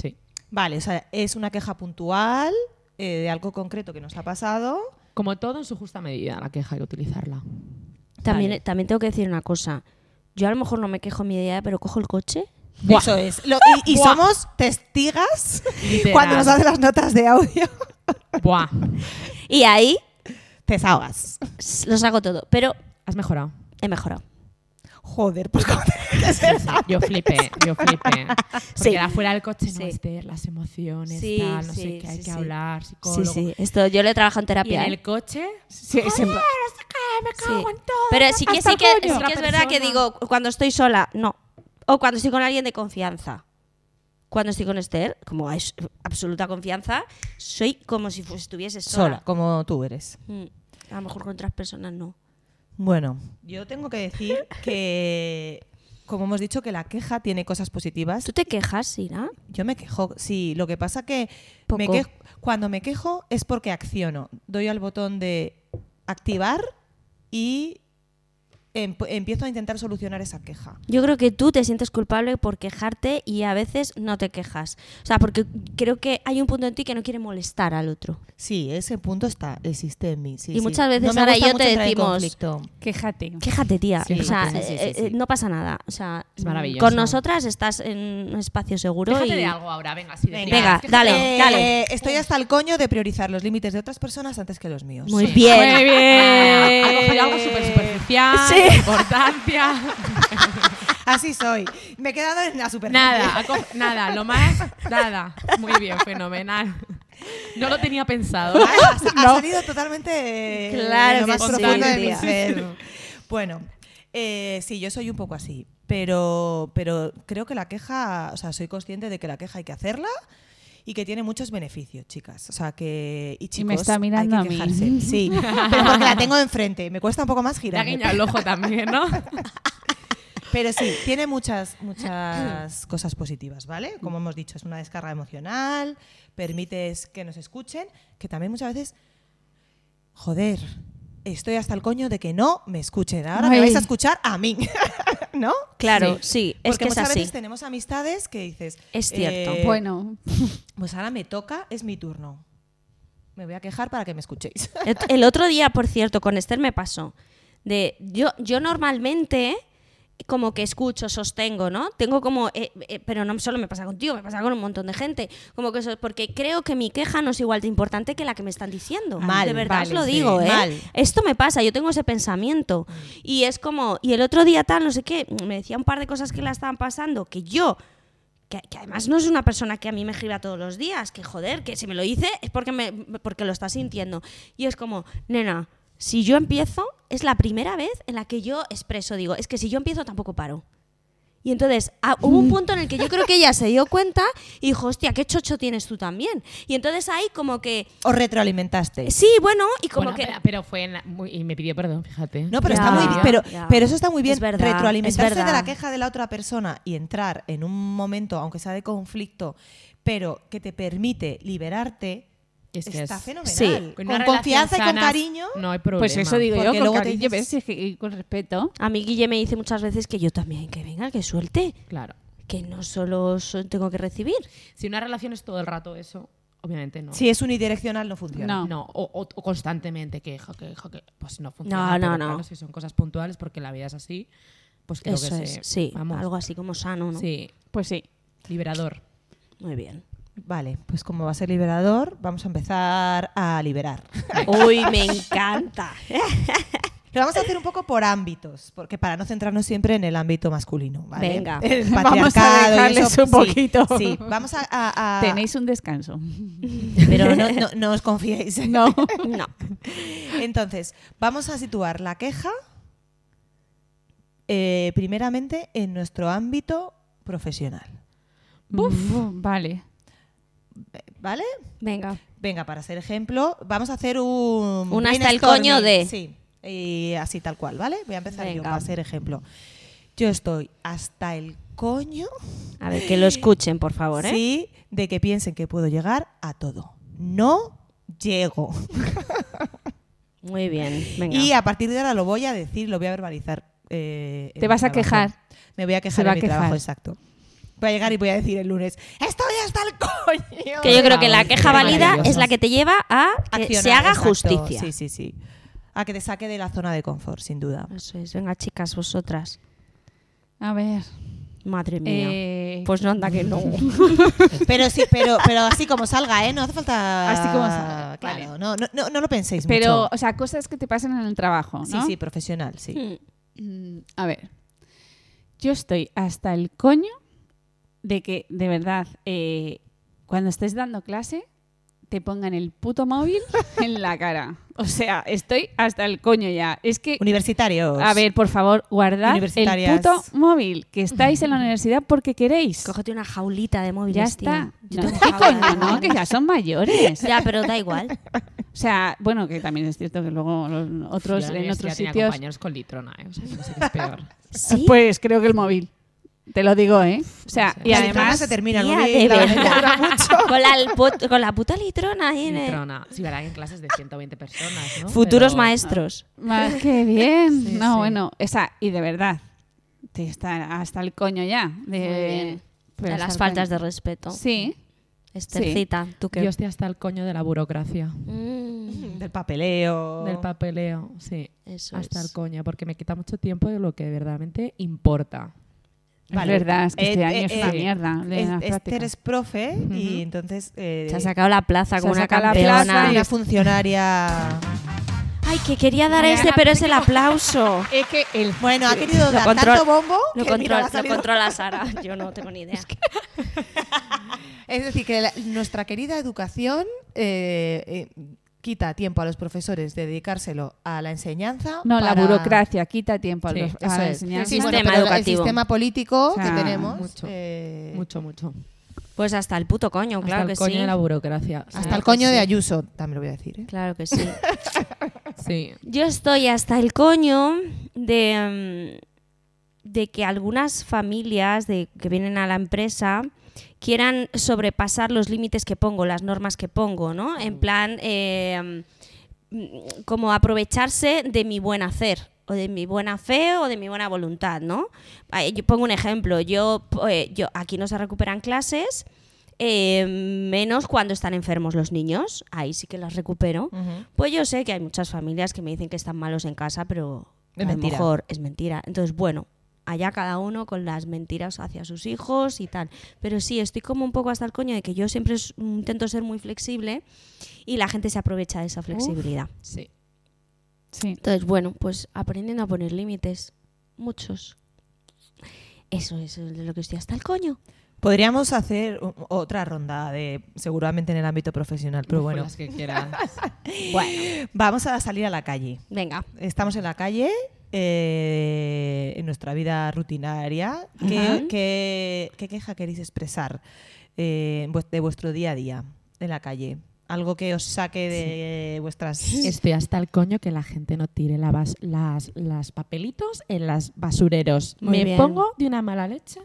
Sí.
Vale, o sea, es una queja puntual eh, de algo concreto que nos ha pasado.
Como todo en su justa medida, la queja hay que utilizarla.
También,
Vale.
también tengo que decir una cosa. Yo a lo mejor no me quejo en mi idea, pero cojo el coche.
Eso es. Lo- y y
Buah.
somos testigas
Literal.
cuando nos hacen las notas de audio.
Buah,
Y ahí
Te desahogas.
s- lo saco todo. Pero
has mejorado.
he mejorado.
Joder, pues ¿cómo es verdad?
Yo flipé, yo flipé.
Sí.
Porque da fuera del coche, no,
Sí.
Esther, las emociones,
Sí,
tal, no
sí,
sé qué, hay
sí,
que
sí.
hablar, psicólogo.
Sí, sí. Esto yo lo he trabajado en
Y
terapia.
en
¿eh?
el coche,
Sí, se-
Sí. Pero sí que,
hasta
sí
el
que,
coño.
sí que
Otra
es verdad que
persona.
digo, cuando estoy sola, no. O cuando estoy con alguien de confianza. Cuando estoy con Esther, como hay s- absoluta confianza, soy como si fu- estuviese
Sola,
sola.
como tú eres.
Mm. A lo mejor con otras personas no.
Bueno, yo tengo que decir que, como hemos dicho, que la queja tiene cosas positivas.
¿Tú te quejas, Sira?
Yo me quejo, sí. Lo que pasa que me
Poco.
quej- cuando me quejo es porque acciono. Doy al botón de activar y em- empiezo a intentar solucionar esa queja.
Yo creo que tú te sientes culpable por quejarte y a veces no te quejas. O sea, porque creo que hay un punto en ti que no quiere molestar al otro.
Sí, ese punto está, existe en mí. sí,
Y
sí.
muchas veces
me
Sara y
gusta
yo
mucho
te
entrar en
decimos-
conflicto.
Quéjate.
Quéjate, tía.
Sí,
o sea,
sí,
eh,
sí, sí,
eh,
sí.
no pasa nada. O sea,
Es maravilloso.
con nosotras estás en un espacio seguro
déjate
y
de algo ahora, venga, sí. de
Venga,
tiradas,
venga,
quéjate
dale.
de-
Eh, Estoy hasta el coño de priorizar los límites de otras personas antes que los míos.
Muy bien.
Muy
Ah,
bien.
Ha cogido algo súper superficial,
Sí.
importancia.
Así soy. Me he quedado en la super
Nada, ha co- nada, lo más, nada. Muy bien, fenomenal. No lo tenía pensado.
Ah, ha, ha salido totalmente eh,
Claro
lo
que
más
sí,
profundo de mi
tía.
ser. Bueno, eh, sí, yo soy un poco así, pero, pero creo que la queja, o sea, soy consciente de que la queja hay que hacerla y que tiene muchos beneficios, chicas. O sea, que y chicos,
me está mirando
hay que
a mí.
quejarse. Sí, pero porque la tengo enfrente, me cuesta un poco más
Le ha
girar.
guiñado el ojo también, ¿no?
Pero sí, tiene muchas, muchas cosas positivas, ¿vale? Como hemos dicho, es una descarga emocional, permites que nos escuchen, que también muchas veces, joder, estoy hasta el coño de que no me escuchen. Ahora me
Ay.
vais a escuchar a mí, ¿no?
Claro, sí, es que
Porque
es
muchas
así.
veces tenemos amistades que dices,
Es cierto.
eh,
Bueno,
pues ahora me toca, es mi turno. Me voy a quejar para que me escuchéis.
El- El otro día, por cierto, con Esther me pasó. De, yo, yo normalmente como que escucho, sostengo, ¿no? Tengo como, eh, eh, pero no solo me pasa contigo, me pasa con un montón de gente, como que eso, porque creo que mi queja no es igual de importante que la que me están diciendo.
Mal,
de verdad
vale,
os lo
sí,
digo, ¿eh?
mal. Mm.
Esto me pasa, yo tengo ese pensamiento. Y es como, y el otro día tal, no sé qué, me decía un par de cosas que la estaban pasando, que yo que, que además no es una persona que a mí me escriba todos los días, que joder, que si me lo dice es porque, me, porque lo está sintiendo. Y es como, nena, si yo empiezo, es la primera vez en la que yo expreso, digo, es que si yo empiezo tampoco paro. Y entonces ah, hubo un punto en el que yo creo que ella se dio cuenta y dijo, hostia, qué chocho tienes tú también. Y entonces ahí como que,
Os retroalimentaste.
sí, bueno, y como
Bueno,
que...
pero, pero fue en la- muy- y me pidió perdón, fíjate.
No, pero
Ya,
está muy bien, pero,
ya.
pero eso está muy bien.
Es verdad,
retroalimentarse
es verdad.
de la queja de la otra persona y entrar en un momento, aunque sea de conflicto, pero que te permite liberarte,
Es que
está
es-
fenomenal.
sí.
Con,
una
confianza y
relación
con
sana
cariño.
No hay problema.
pues eso digo yo,
Porque
con
luego te
cariño,
dices-
pero sí que- y con respeto.
A mí Guille me dice muchas veces que yo también, que venga, que suelte,
Claro.
que no solo so- tengo que recibir.
Si una relación es todo el rato eso, obviamente no.
Si es unidireccional, no funciona.
Ah.
No.
No, o, o- o constantemente queja, queja, que pues no
No, no,
funciona. pero
no.
claro, si son cosas puntuales, porque la vida es así, pues creo
Eso
que
es,
se-
sí,
vamos,
algo así como sano, ¿no?
Sí,
Pues sí.
liberador.
Muy bien.
Vale, pues como va a ser liberador, vamos a empezar a liberar.
Uy, me encanta.
Lo vamos a hacer un poco por ámbitos, porque para no centrarnos siempre en el ámbito masculino, ¿vale?
Venga.
El
Vamos a
patriarcado y
dejarles
eso,
un
sí,
poquito.
Sí, vamos a, a- a-
Tenéis un descanso.
pero no, no- no os confiéis.
No.
No.
Entonces, vamos a situar la queja eh, primeramente en nuestro ámbito profesional.
Buf, vale.
¿Vale?
Venga.
Venga, para hacer ejemplo, vamos a hacer un.
Un hasta el
brainstorming.
coño de.
Sí, y así tal cual, ¿vale? Voy a empezar yo
Venga.
para hacer ejemplo. Yo estoy hasta el coño,
A ver, que lo escuchen, por favor, ¿eh?
sí, de que piensen que puedo llegar a todo. No llego.
Muy bien. Venga.
Y a partir de ahora lo voy a decir, lo voy a verbalizar. eh, en
Te
mi
vas a
trabajo.
quejar.
Me voy a
Se
quejar
va
en
a
mi
quejar.
trabajo, exacto. Voy a llegar y voy a decir el lunes, estoy hasta el coño.
que yo creo que la
Vamos,
queja
qué
válida
maravillosos.
es la que te lleva a que
Accionar,
se haga
exacto.
justicia.
Sí, sí, sí. A que te saque de la zona de confort, sin duda.
Eso es. Venga, chicas, vosotras.
A ver.
Madre mía.
eh,
Pues no anda que no.
Pero sí, pero, pero así como salga, ¿eh? No hace falta.
Así como salga,
Claro,
vale.
no, no- no, no lo penséis
pero,
mucho.
o sea, cosas que te pasan en el trabajo, ¿no?
Sí, sí, profesional, sí.
Mm, A ver, yo estoy hasta el coño de que, de verdad, eh, cuando estés dando clase, te pongan el puto móvil en la cara. O sea, estoy hasta el coño ya. Es que,
Universitarios.
a ver, por favor, guardad el
Universitarias.
puto móvil, que estáis en la universidad porque queréis.
Cógete una jaulita de móviles,
ya
tío.
está.
Yo
No,
tengo
¿Qué
jaula de
coño, no?
móviles.
Que ya son mayores.
Ya, pero da igual.
O sea, bueno, que también es cierto que luego los otros,
Yo la
en
universidad
otros
tenía
sitios...
compañeros con litrona, ¿eh? O sea, no sé qué es peor.
Sí.
Pues creo que el móvil. Te lo digo, ¿eh? O sea,
sé.
y
La litrona
además.
se termina el
Tía,
móvil,
de
la
verdad.
dura mucho.
con, la, el put- con la puta litrona ahí en el-
litrona. Sí, verdad que en clases de 120 personas, ¿no?
Futuros
Pero- ah,
maestros.
Más que bien.
Sí,
no,
sí.
bueno, esa, y de verdad. Te está hasta el coño ya. De,
Muy bien.
pero
de
hasta
las
el
faltas
coño.
de respeto.
Sí.
Estercita, tú que...
Yo estoy hasta el coño de la burocracia.
Mm,
Del
Oh.
papeleo.
Del papeleo, sí.
eso
hasta
es.
el coño, porque me quita mucho tiempo de lo que verdaderamente importa.
Vale.
Es verdad, es que este
Eh,
año es este
eh,
una
eh,
mierda. De
Es-
las
Esther
prácticas.
es profe y entonces. eh,
Se ha sacado la plaza
Se
como
ha
una
sacado la
campeona.
plaza y-
una funcionaria.
Ay, que quería dar
Mira,
ese, pero es el aplauso.
Es que el
Bueno, ha querido dar
control-
tanto bombo
Lo,
que mira,
control-
le ha
lo
salido-
controla Sara, yo no tengo ni idea.
Es decir, que la- nuestra querida educación eh, eh, quita tiempo a los profesores de dedicárselo a la enseñanza.
No, la
para-
burocracia quita tiempo a,
Sí,
los, a
Eso
la
es.
enseñanza.
Sí, bueno,
Sistema
pero el
educativo.
sistema político
O sea,
que tenemos.
mucho,
eh,
Mucho, mucho.
Pues hasta el puto coño,
Hasta
claro
el
que
coño
sí.
de la burocracia.
Hasta
Claro
el
que
coño
sí.
de Ayuso, también lo voy a decir. ¿eh?
Claro que sí.
Sí.
Yo estoy hasta el coño de, mm, de que algunas familias de, que vienen a la empresa quieran sobrepasar los límites que pongo, las normas que pongo, ¿no? En plan, eh, mm, como aprovecharse de mi buen hacer, o de mi buena fe, o de mi buena voluntad, ¿no? Ah, Yo pongo un ejemplo, yo, po- eh, yo aquí no se recuperan clases, eh, menos cuando están enfermos los niños, ahí sí que las recupero. Pues yo sé que hay muchas familias que me dicen que están malos en casa, pero
Es
a lo
mentira.
mejor es mentira. Entonces, bueno, allá cada uno con las mentiras hacia sus hijos y tal. Pero sí, estoy como un poco hasta el coño de que yo siempre s- intento ser muy flexible y la gente se aprovecha de esa flexibilidad.
Sí.
Sí.
Entonces, bueno, pues aprendiendo a poner límites, muchos. Eso es de lo que estoy hasta el coño.
Podríamos hacer u- otra ronda de seguramente en el ámbito profesional, pero bueno,
Las que quieras.
Bueno,
vamos a salir a la calle.
venga.
Estamos en la calle, eh, en nuestra vida rutinaria. ¿Qué,
Ajá.
qué- qué queja queréis expresar eh, vues- de vuestro día a día en la calle? Algo que os saque de vuestras...
Estoy hasta el coño que la gente no tire la bas- las, las papelitos en las basureros.
Muy
me
bien.
pongo de una mala leche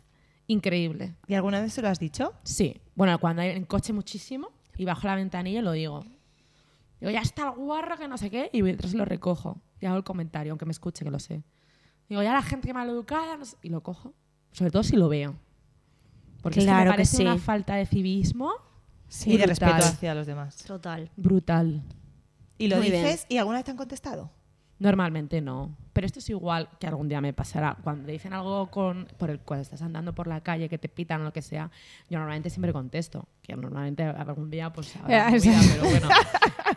increíble.
¿Y alguna vez se lo has dicho?
Sí. Bueno, cuando hay en coche muchísimo y bajo la ventanilla lo digo. Digo, ya está el guarro que no sé qué y mientras lo recojo. Y hago el comentario, aunque me escuche que lo sé. Digo, ya la gente maleducada no sé- y lo cojo. Sobre todo si lo veo. Porque es que
Claro que
me parece
sí.
una falta de civismo
y de respeto
brutal.
hacia los demás.
Total.
brutal.
¿Y lo
Muy bien.
dices? ¿Y alguna vez te han contestado?
Normalmente no. Pero esto es igual que algún día me pasará. Cuando te dicen algo con, por el, cuando estás andando por la calle, que te pitan o lo que sea, yo normalmente siempre contesto. Que normalmente algún día, pues, habrá
Ya,
movida,
sí.
pero bueno.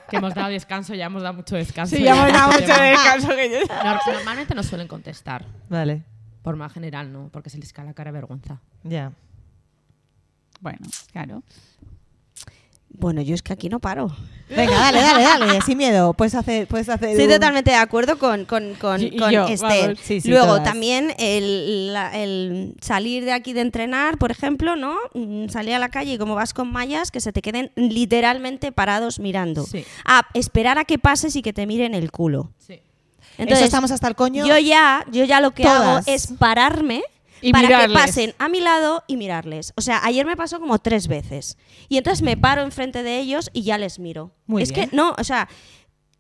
Que hemos dado descanso, ya hemos dado mucho descanso.
Sí, ya hemos dado
Este
mucho
tema.
descanso que yo-
Nor- Normalmente no suelen contestar.
Vale,
Por más general, no. Porque se les cae la cara de vergüenza.
ya.
Bueno, claro.
Bueno, yo es que aquí no paro.
Venga, dale, dale, dale, sin miedo. Puedes hacer... Puedes hacer
Estoy
un-
totalmente de acuerdo con, con, con,
Y- y
con
yo,
Esther.
vamos,
sí, sí,
Luego
todas.
también el, la- el salir de aquí de entrenar, por ejemplo, ¿no? Mm, Salir a la calle y como vas con mallas, que se te queden literalmente parados mirando.
Sí.
A esperar a que pases y que te miren el culo.
Sí.
Eso
Entonces,
estamos hasta el coño.
yo ya, yo ya lo que
Todas.
hago es pararme
Y
para que
mirarles.
pasen a mi lado y mirarles. O sea, ayer me pasó como tres veces. Y entonces me paro enfrente de ellos y ya les miro.
Muy
es
bien.
que no, o sea,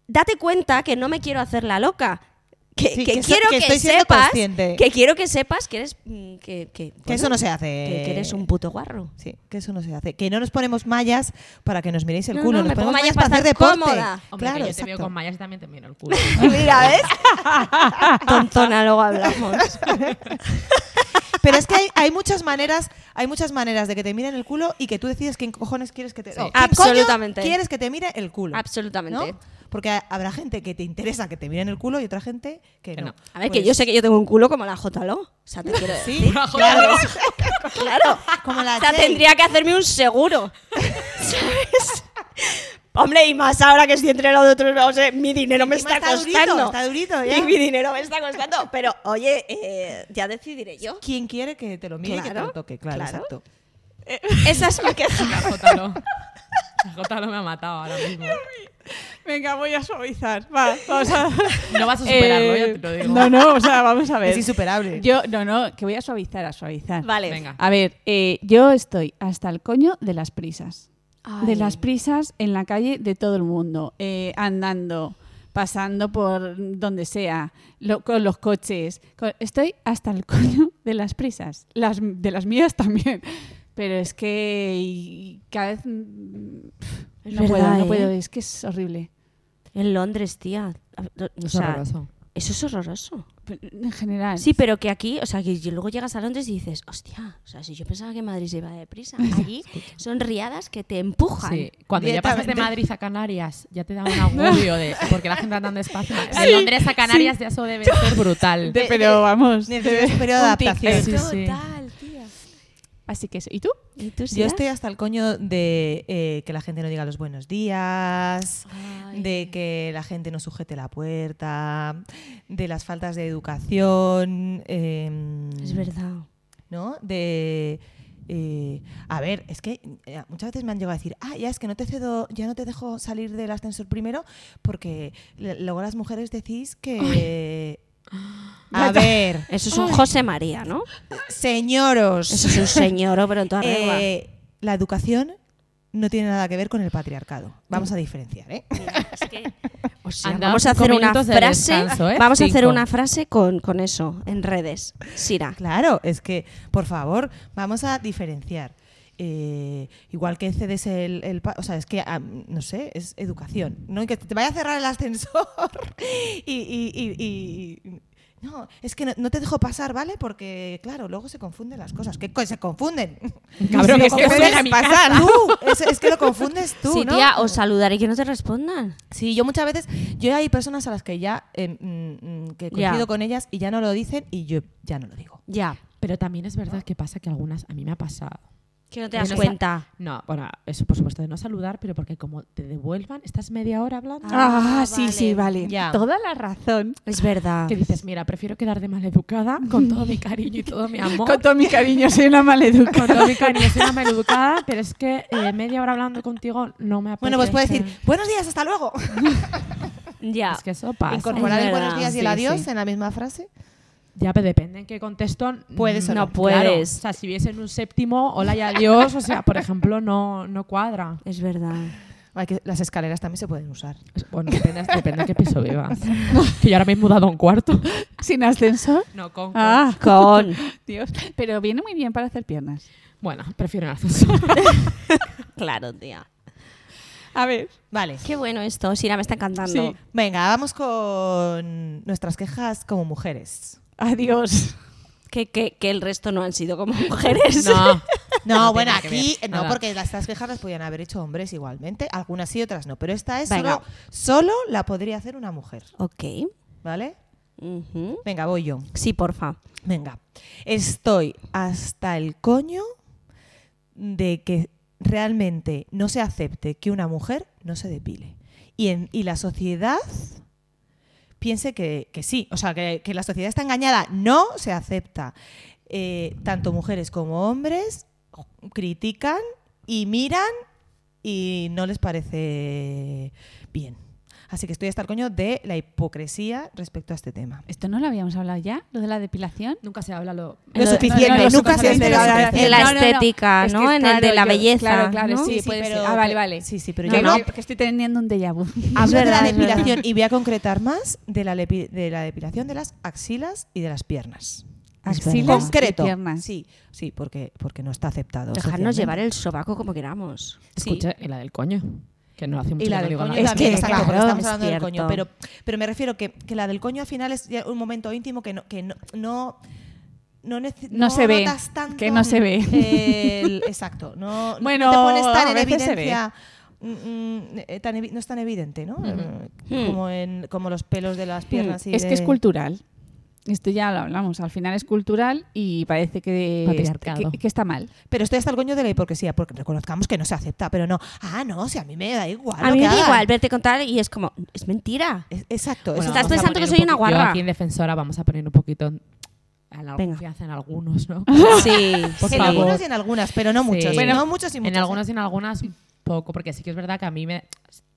date cuenta que no me quiero hacer la loca. Que,
Sí,
que
que so-
quiero
que
que,
estoy siendo
sepas
consciente.
que quiero que sepas que eres mm, que, que,
Que
bueno,
eso no se hace.
que- que eres un puto guarro.
Sí, que eso no se hace. Que no nos ponemos mallas para que nos miréis el
No,
culo.
no,
nos
me pongo
ponemos
mallas
mallas para
para
hacer
estar
deporte.
cómoda.
Hombre,
claro,
que yo
exacto.
te veo con mallas y también te miro el culo.
Mira,
¿eh?
¿ves? Tontona, luego hablamos.
Pero es que hay, hay muchas maneras, hay muchas maneras de que te miren el culo y que tú decides quién cojones quieres que te
Sí.
o quién coño
Absolutamente.
quieres que te mire el culo. ¿no?
Absolutamente.
Porque ha- habrá gente que te interesa que te miren el culo y otra gente que
Que
no.
no.
A ver, que
Pues-
yo sé que yo tengo un culo como la JLO. O sea, te quiero decir.
Sí, claro.
Claro.
Como la
O sea,
Jane.
tendría que hacerme un seguro. ¿Sabes? Hombre, y más ahora que estoy entrenado de otros lados, eh, mi dinero me
Encima
está,
durito,
costando.
está durito ya.
y mi dinero me está costando. Pero, oye, eh, ya decidiré yo.
¿Quién quiere que te lo mire y que te
Claro,
lo toque? Claro,
claro.
exacto.
Esa es mi queja.
La Jotalo. La Jotalo me ha matado ahora mismo.
Venga, voy a suavizar. Va, vamos a...
No vas a superarlo,
Eh,
ya te lo digo.
No, no, o sea, vamos a ver.
Es insuperable.
Yo, no, no, que voy a suavizar, a suavizar.
Vale.
Venga.
A ver, eh, yo estoy hasta el coño de las prisas.
Ay.
De las prisas en la calle de todo el mundo. eh, andando, pasando por donde sea, lo- con los coches. con- estoy hasta el coño de las prisas. Las, de las mías también. Pero es que y- cada vez... mm,
Es
no puedo,
verdad,
no
¿eh?
puedo. Es que es horrible.
En Londres, tía. O
Es
sea,
horroroso.
Eso es horroroso.
en general.
Sí, pero que aquí, o sea, que yo- luego llegas a Londres y dices, hostia, o sea, si yo pensaba que Madrid se iba deprisa, allí son riadas que te empujan.
Sí, cuando ya pasas de
Directamente.
Madrid a Canarias, ya te da un agobio de porque la gente anda tan despacio. De Londres a Canarias ya eso debe ser brutal.
De-
pero vamos.
Necesitas un periodo de
Un tic.
adaptación.
Sí, sí.
Total, tía.
Así que eso. ¿Y tú?
¿Y tú,
Yo
Sira?
estoy hasta el coño de eh, que la gente no diga los buenos días,
Ay.
de que la gente no sujete la puerta, de las faltas de educación. em,
Es verdad.
¿no? De. eh, a ver, es que eh, muchas veces me han llegado a decir, ah, ya es que no te cedo, ya no te dejo salir del ascensor primero, porque le- luego las mujeres decís que. A ver,
Eso es un José María, ¿no? Eso
señoros,
es un señor, pero en toda regla.
eh, la educación no tiene nada que ver con el patriarcado. Vamos a diferenciar, ¿eh?
Es que- o sea,
Han dado
vamos a
cinco
hacer una
minutos de
frase.
descanso, ¿eh?
Vamos a hacer
Cinco.
una frase con, con eso en redes. Sira.
Claro, es que, por favor, vamos a diferenciar. Eh, igual que cedes el, el pa- O sea, es que, ah, no sé, es educación. No Y que te vaya a cerrar el ascensor y. y- y- y- y- no, es que no, no te dejo pasar, ¿vale? Porque, claro, luego se confunden las cosas. ¿Qué co- se confunden?
Cabrón,
Lo
es que me
confundes
deja mi
pasar tú. Es, es que lo confundes tú,
sí,
¿no?
tía, os saludaré y que no te respondan.
Sí, yo muchas veces, yo hay personas a las que ya, eh, mm, mm, que
Ya.
coincido con ellas y ya no lo dicen y yo ya no lo digo.
Ya.
Pero también es verdad que pasa que algunas, a mí me ha pasado.
Que no te
Que
das
no sa-
cuenta.
No, bueno, eso por supuesto de no saludar, pero porque como te devuelvan, estás media hora hablando.
Ah,
Ah,
Ah, sí,
sí,
vale. sí,
sí, vale.
Ya.
Toda la razón.
Es verdad.
Que dices, mira, prefiero quedar de maleducada con todo mi cariño y todo mi amor.
Con todo mi cariño, soy una
con
maleducada.
todo mi cariño, soy una maleducada, pero es que eh, media hora hablando contigo no me apetece.
Bueno, pues puedes decir, buenos días, hasta luego.
Ya.
Es que eso pasa.
Incorporar
Es
el buenos
verdad,
días y
Ah, sí,
el adiós
sí.
en la misma frase.
Ya, pero depende en qué contexto.
Puedes o
mm,
no.
claro.
puedes.
O sea, si viesen un séptimo, hola y adiós, o sea, por ejemplo, no, no cuadra.
Es verdad.
Ay, que las escaleras también se pueden usar.
Es- Bueno, depende, depende de qué piso vivas. que yo ahora me he mudado a un cuarto.
Sin ascensor.
No, con. con-
Ah,
Con.
Dios. Pero viene muy bien para hacer piernas.
Bueno, prefiero el ascensor.
Claro, tía.
A ver.
Vale.
Qué bueno esto. Sira me está encantando.
Sí.
Venga, vamos con nuestras quejas como mujeres.
Adiós.
Que, que- que el resto no han sido como mujeres.
No.
No,
No
bueno,
tiene que
aquí
ver,
no,
nada.
porque las- estas quejas las podían haber hecho hombres igualmente. Algunas sí, otras no. Pero esta es
Venga.
solo, solo la podría hacer una mujer.
Ok.
¿Vale?
Ujú.
Venga, voy yo.
Sí, porfa.
Venga, estoy hasta el coño de que realmente no se acepte que una mujer no se depile. Y, en, y la sociedad piense que, que sí, o sea, que, que la sociedad está engañada. No se acepta. Eh, tanto mujeres como hombres critican y miran y no les parece bien. Así que estoy hasta el coño de la hipocresía respecto a este tema.
¿Esto no lo habíamos hablado ya? ¿Lo de la depilación.
Nunca se habla lo.
Lo
No,
suficiente,
no, no,
nunca se
suficiente,
dice lo
no, no,
suficiente.
no,
En la
no, no, no.
estética,
Es que,
¿no? En el
claro,
de la
yo-
belleza,
Claro, claro,
¿no?
sí,
Sí,
puede
pero-
ser. Ah, vale, vale.
Sí, sí, pero
No,
yo
no,
no-
porque estoy teniendo un déjà vu.
Hablo de la
verdad, es verdad.
depilación y voy a concretar más de la, lepi- de la depilación de las axilas y de las piernas. En
Axilas
concreto.
y piernas.
Sí, sí, porque, porque no está aceptado.
Dejarnos
socialmente.
llevar el sobaco como queramos.
Sí.
Escucha, y la del coño. Que no hace mucho
Y la
que no
del
digo
coño
nada.
Es
también,
que,
exacto, porque
claro,
estamos
es
hablando del coño.
cierto.
Pero, pero me refiero que, que la del coño al final es ya un momento íntimo que no, que no, no, no, nece-
No se ve,
notas tanto
que no se ve.
el- exacto. No,
Bueno,
no te pones tan
a
en
veces se
evidencia. mm, mm, eh, tan evi- no es tan evidente, ¿no? Eh, Como, en, como los pelos de las piernas. y
Mm. es que
de-
es cultural. Esto ya lo hablamos. Al final es cultural y parece que,
Patriarcado.
que- que está mal.
Pero estoy hasta el coño de la hipocresía, porque reconozcamos que no se acepta, pero no. Ah, no, si a mí me da igual.
A
lo
mí
que
me da
hagan.
igual verte contar y es como, es mentira.
Es- exacto.
Bueno,
eso
Estás
vamos a
pensando
poner
que
un
soy una
poquito-
guarra.
Yo aquí en defensora vamos a poner un poquito en- a la
Venga.
confianza en algunos, ¿no?
Sí,
en
Por
sí.
favor.
algunos y en algunas, pero no
Sí.
muchos.
Bueno,
no muchos y muchos.
En
¿eh?
algunos y en algunas un poco, porque sí que es verdad que a mí me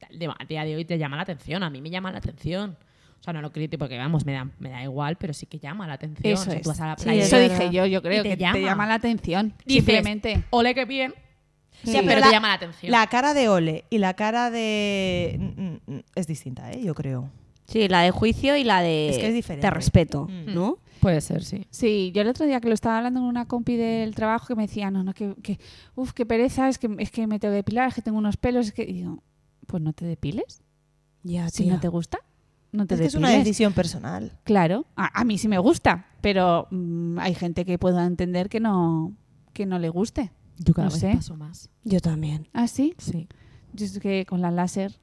de- a día de hoy te llama la atención, a mí me llama la atención. O sea, no lo critico porque vamos, me da, me da igual, pero sí que llama la atención.
Eso
O sea,
es.
tú vas a la
Sí,
playa y
Eso
es
dije
verdad.
yo. Yo creo
te
que
llama.
te llama la atención.
dices,
Simplemente.
Ole, qué bien.
Sí,
Sí, pero
la-
te llama la atención.
La cara de Ole y la cara de. mm, mm, mm, Es distinta, ¿eh? Yo creo.
Sí, la de juicio y la de
Es que es diferente.
te respeto, ¿no?
Puede ser, sí.
Sí, yo el otro día que lo estaba hablando con una compi del trabajo que me decía, no, no, que, que uf, qué pereza, es que, es que me tengo que depilar, es que tengo unos pelos, es que. Y digo, pues no te depiles
Ya,
si no te gusta. No te
Es que es una
depiles.
decisión personal.
Claro, a, a mí sí me gusta, pero mm, hay gente que pueda entender que no, que no le guste.
Yo cada
No
vez
sé.
paso más.
Yo también.
¿Ah, sí?
Sí.
Yo es que con la láser.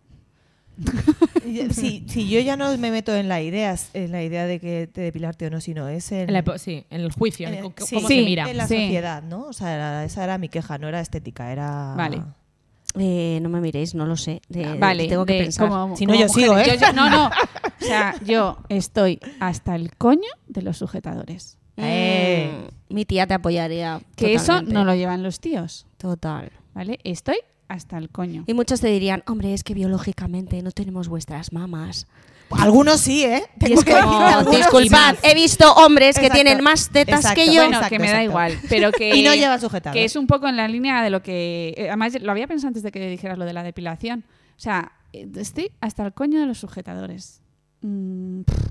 eh, Si, si yo ya no me meto en la idea, en la idea de que te depilarte o no, sino es en,
En la epo- sí, en el juicio,
en
en
el-
co-
Eh, sí,
cómo
Sí.
se mira.
en la
Sí.
sociedad, ¿no? O sea, era- esa era mi queja, no era estética, era...
Vale.
Eh, no me miréis, no lo sé.
Eh,
De-
vale,
tengo que
de-
pensar.
como-
Si no,
como
yo sigo, ¿eh?
yo- no, no. O sea, yo estoy hasta el coño de los sujetadores.
Mm,
Eh.
Mi tía te apoyaría.
Que
totalmente.
eso no lo llevan los tíos,
Total.
¿vale? Estoy hasta el coño.
Y muchos te dirían, hombre, es que biológicamente no tenemos vuestras mamas.
Algunos sí,
Y
¿eh?
es
Tengo que decir
como,
que algunos
disculpad,
sí.
he visto hombres que
Exacto.
tienen más tetas
Exacto.
que yo.
Bueno,
No, que me da
exacto.
igual, pero que
Y no lleva sujetador.
que es un poco en la línea de lo que eh, además lo había pensado antes de que dijeras lo de la depilación. O sea, eh, estoy hasta el coño de los sujetadores. Mm, pff,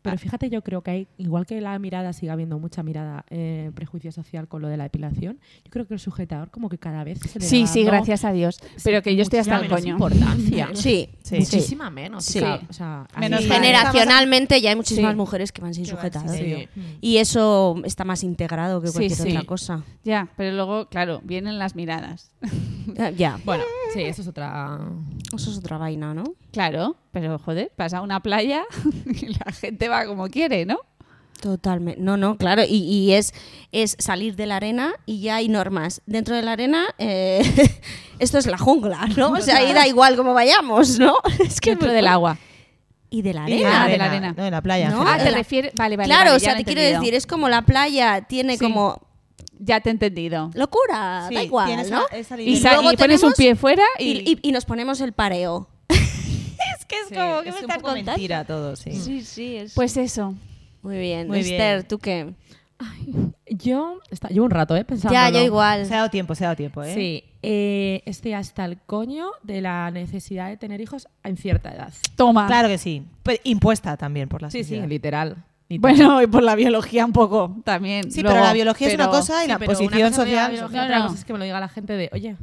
Pero fíjate, yo creo que hay, igual que la mirada sigue habiendo mucha mirada, eh, prejuicio social con lo de la depilación, yo creo que el sujetador como que cada vez se le
sí,
va
sí,
dando
gracias a Dios, pero que yo estoy hasta el
muchísima
coño.
menos importancia.
Sí.
Sí.
Muchísima menos.
Sí.
claro, o sea, ahí-
Menos
Y
mal.
generacionalmente ya hay muchísimas
Sí.
mujeres que van sin
Que van sin
sujetador.
Sí.
Y eso está más integrado que
Sí,
cualquier
sí.
otra cosa.
Ya, pero luego, claro, vienen las miradas.
Ah, Ya.
Bueno, sí, eso es otra...
Eso es otra vaina, ¿no?
Claro, pero joder, pasa una playa y la gente va como quiere, ¿no?
Totalmente. No, no, claro. Y, y es, es salir de la arena y ya hay normas. Dentro de la arena, eh, esto es la jungla, ¿no? O sea, ahí da igual cómo vayamos, ¿no? Es que
Dentro del agua.
Y de la
Y
arena.
Ah, de la arena.
No, en la playa.
No,
en
Ah,
general.
te
la-
refieres. Vale, vale.
claro,
vale,
o
ya
sea,
lo
te
he
quiero
entendido.
decir, es como la playa tiene
Sí.
como
Ya te he entendido.
locura,
Sí,
da igual,
tienes
¿no?
la- esa
Y,
Y
libertad.
sa-
luego
y pones un
tenemos-
pie fuera
Y, y- y nos ponemos el pareo. es que es
Sí,
como, ¿qué
es
me
un
estás
poco
contando?
mentira todo, sí.
Sí, sí, es...
Pues eso.
Muy bien,
Muy
Esther,
bien.
¿tú qué?
Yo, está, yo un rato, ¿eh? Pensándolo.
Ya, yo igual.
Se ha dado tiempo, se ha dado tiempo, ¿eh?
Sí, eh, estoy hasta el coño de la necesidad de tener hijos en cierta edad.
Toma.
Claro que sí. Pero impuesta también por la
Ah. Sí, sí,
sociedad.
literal. literal.
Bueno, y por la biología un poco también.
Sí,
Luego,
pero la biología es una
pero-
cosa y
Sí,
la
pero una
posición
cosa es que me diga la
social.
biología,
No,
otra
no.
cosa es que me lo diga la gente de, oye,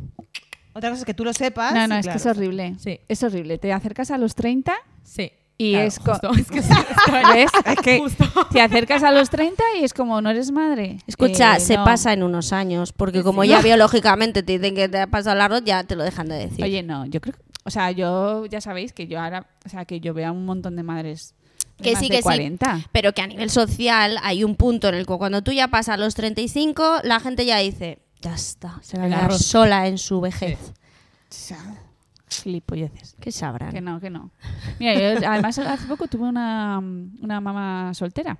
Otra cosa es que tú lo sepas.
No,
y
no, es que
claro.
es horrible.
Sí.
Es horrible. Te acercas a los 30
sí.
y
claro,
es, co-
justo, es que sí, esto es-
¿Ves? Es que
Justo.
te acercas a los 30 y es como, no eres madre.
Escucha,
Eh,
se
no.
pasa en unos años, porque como ya biológicamente te dicen que te ha pasado el arroz, ya te lo dejan de decir.
Oye, no, yo creo que- O sea, yo ya sabéis que yo ahora. O sea, que yo veo a un montón de madres. de
Que
más
sí,
de
que sí.
40.
Pero que a nivel social hay un punto en el que cuando tú ya pasas los 35, la gente ya dice, ya está, se va a
El
quedar
arroz.
sola en su vejez.
O sea, gilipolleces.
¿Qué sabrán?
Que no, que no. Mira, yo además hace poco tuve una, una mamá soltera.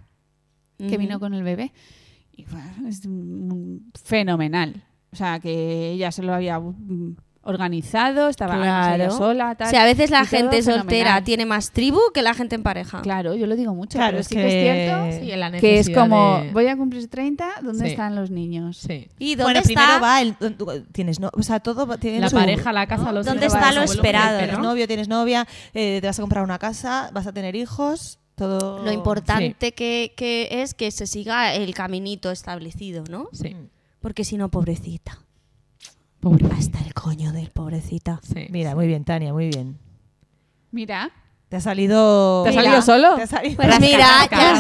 que
Ujú.
vino con el bebé. Y bueno, es mm, fenomenal. O sea, que ella se lo había mm, organizado, estaba además, ella
Claro.
sola, tal.
O sea, a veces la
y todo
gente soltera
fenomenal.
tiene más tribu que la gente en pareja.
Claro, yo lo digo mucho,
Claro,
pero
es
sí que, es
que-
cierto
Sí, en la
que es
necesidad
como,
de-
voy a cumplir 30, ¿dónde
Sí.
están los niños?
Sí.
¿Y dónde
Bueno,
está?
primero va el... Tienes, no, o sea, todo va- tiene
La
su-
pareja, la casa, los
¿Dónde
hijos,
está
los
lo
abuelos,
esperado,
el
Tienes
perro?
novio, tienes novia, eh, te vas a comprar una casa, vas a tener hijos, todo...
Lo importante que, que es que se siga el caminito establecido, ¿no?
Sí.
Mm.
Porque si no, pobrecita.
Pobre.
Va a estar el coño del pobrecita.
Sí.
Mira, muy bien, Tania, muy bien.
Mira,
Te ha salido...
¿te has
Mira.
salido solo?
Te ha salido-
Pues
Rasca,
mira,
rasca,
ya
rasca.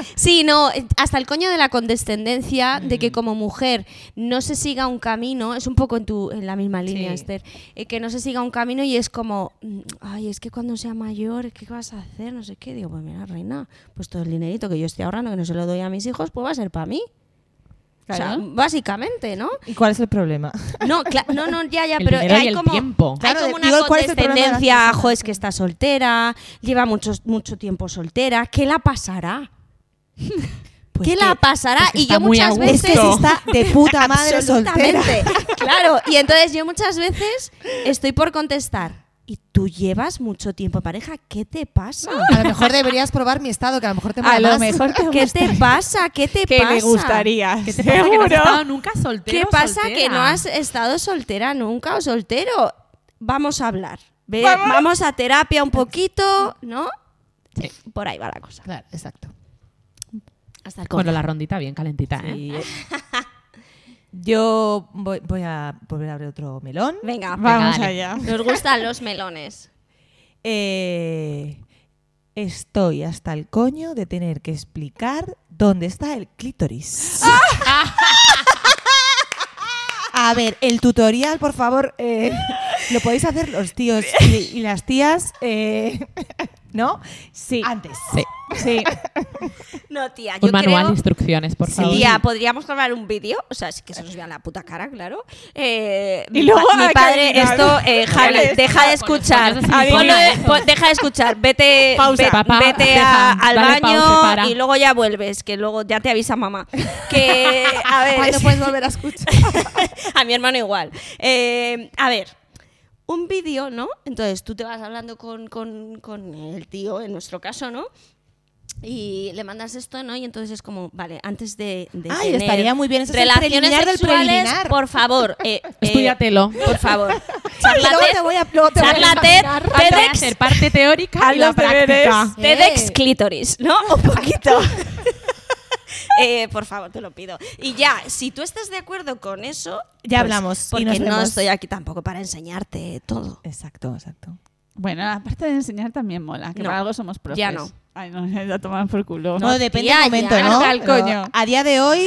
está. Sí, no, eh, hasta el coño de la condescendencia, de que como mujer no se siga un camino, es un poco en, tu, en la misma línea,
Sí.
Esther, eh, que no se siga un camino y es como, mm, ay, es que cuando sea mayor, ¿qué vas a hacer? No sé qué. Digo, pues mira, reina, pues todo el dinerito que yo estoy ahorrando, que no se lo doy a mis hijos, pues va a ser para mí. O
Claro.
sea, básicamente, ¿no?
¿Y cuál es el problema?
No, cla- no, no, ya, ya,
El
pero
dinero y
hay
el
como,
tiempo.
hay
Claro,
como una
digo, ¿cuál es el problema de las
condescendencia,
personas?
jo, es que está soltera, lleva mucho, mucho tiempo soltera, ¿qué la pasará?
Pues
¿Qué
que-
la pasará?
pues que
y
está
yo
muy a
muchas
gusto.
veces...
Es que se está de puta madre soltera.
Absolutamente, claro. Y entonces yo muchas veces estoy por contestar. ¿Y tú llevas mucho tiempo en pareja? ¿Qué te pasa?
A lo mejor deberías probar mi estado, que a lo mejor te mola
A Ah, lo
más.
mejor te
¿Qué te pasa? ¿Qué te
que
pasa?
le gustaría,
¿Qué te pasa que no has
seguro.
estado nunca soltero
¿Qué
o
pasa
soltera?
que no has estado soltera nunca o soltero? Vamos a hablar. Ve-
Vamos.
¿Vamos? a terapia un poquito, ¿no? Sí, Por ahí va la cosa.
Claro, exacto.
Hasta el
Bueno, la rondita bien calentita, ¿eh?
Sí. Yo voy, voy a volver a abrir otro melón.
Venga,
Vamos
Venga,
allá.
nos gustan los melones.
Eh, Estoy hasta el coño de tener que explicar dónde está el clítoris. A ver, el tutorial, por favor, eh, lo podéis hacer los tíos y, y las tías, eh, ¿no?
Sí,
Antes.
sí.
No, tía, yo
Un manual de
creo...
instrucciones, por favor.
Tía, eh, podríamos grabar un vídeo, o sea, sí que se nos vea la puta cara, claro. Eh,
Y
mi
luego
pa- mi,
hay que
padre,
adivinar.
esto, eh, Javi,
Ponle
deja de
esto, ponle-
escuchar,
ponle así,
Ponlo de-
ponle.
pon- deja de escuchar, vete,
Pausa,
ve-
papá,
vete a-
deja,
al
dale
baño
pausa, para.
y luego ya vuelves, que luego ya te avisa mamá. Que, a ver,
¿Cuándo puedes volver a escuchar?
a mi hermano igual. Eh, a ver, un vídeo, ¿no? Entonces tú te vas hablando con, con- con el tío, en nuestro caso, ¿no? Y le mandas esto, ¿no? Y entonces es como, vale, antes de. de
Ay,
tener
estaría muy bien, eso es el
relaciones
preliminar del
sexuales,
preliminar.
Por favor. Eh, eh,
Estudiatelo.
por favor.
Y luego te voy a- luego te voy a
Charlatet, TEDx,
hacer parte teórica y la
Ah.
práctica.
TEDx
Eh.
clítoris, ¿no? Un poquito. Eh, por favor, te lo pido. Y ya, si tú estás de acuerdo con eso, pues,
Ya hablamos y
Porque
nos
no
vemos.
estoy aquí tampoco para enseñarte todo.
Exacto, exacto.
Bueno, la parte de enseñar también mola, que
No,
para algo somos profes.
ya no.
Ay, no, ya toman por culo.
No, depende
tía,
del momento,
ya,
¿no?
hasta el
Pero
coño.
A día de hoy,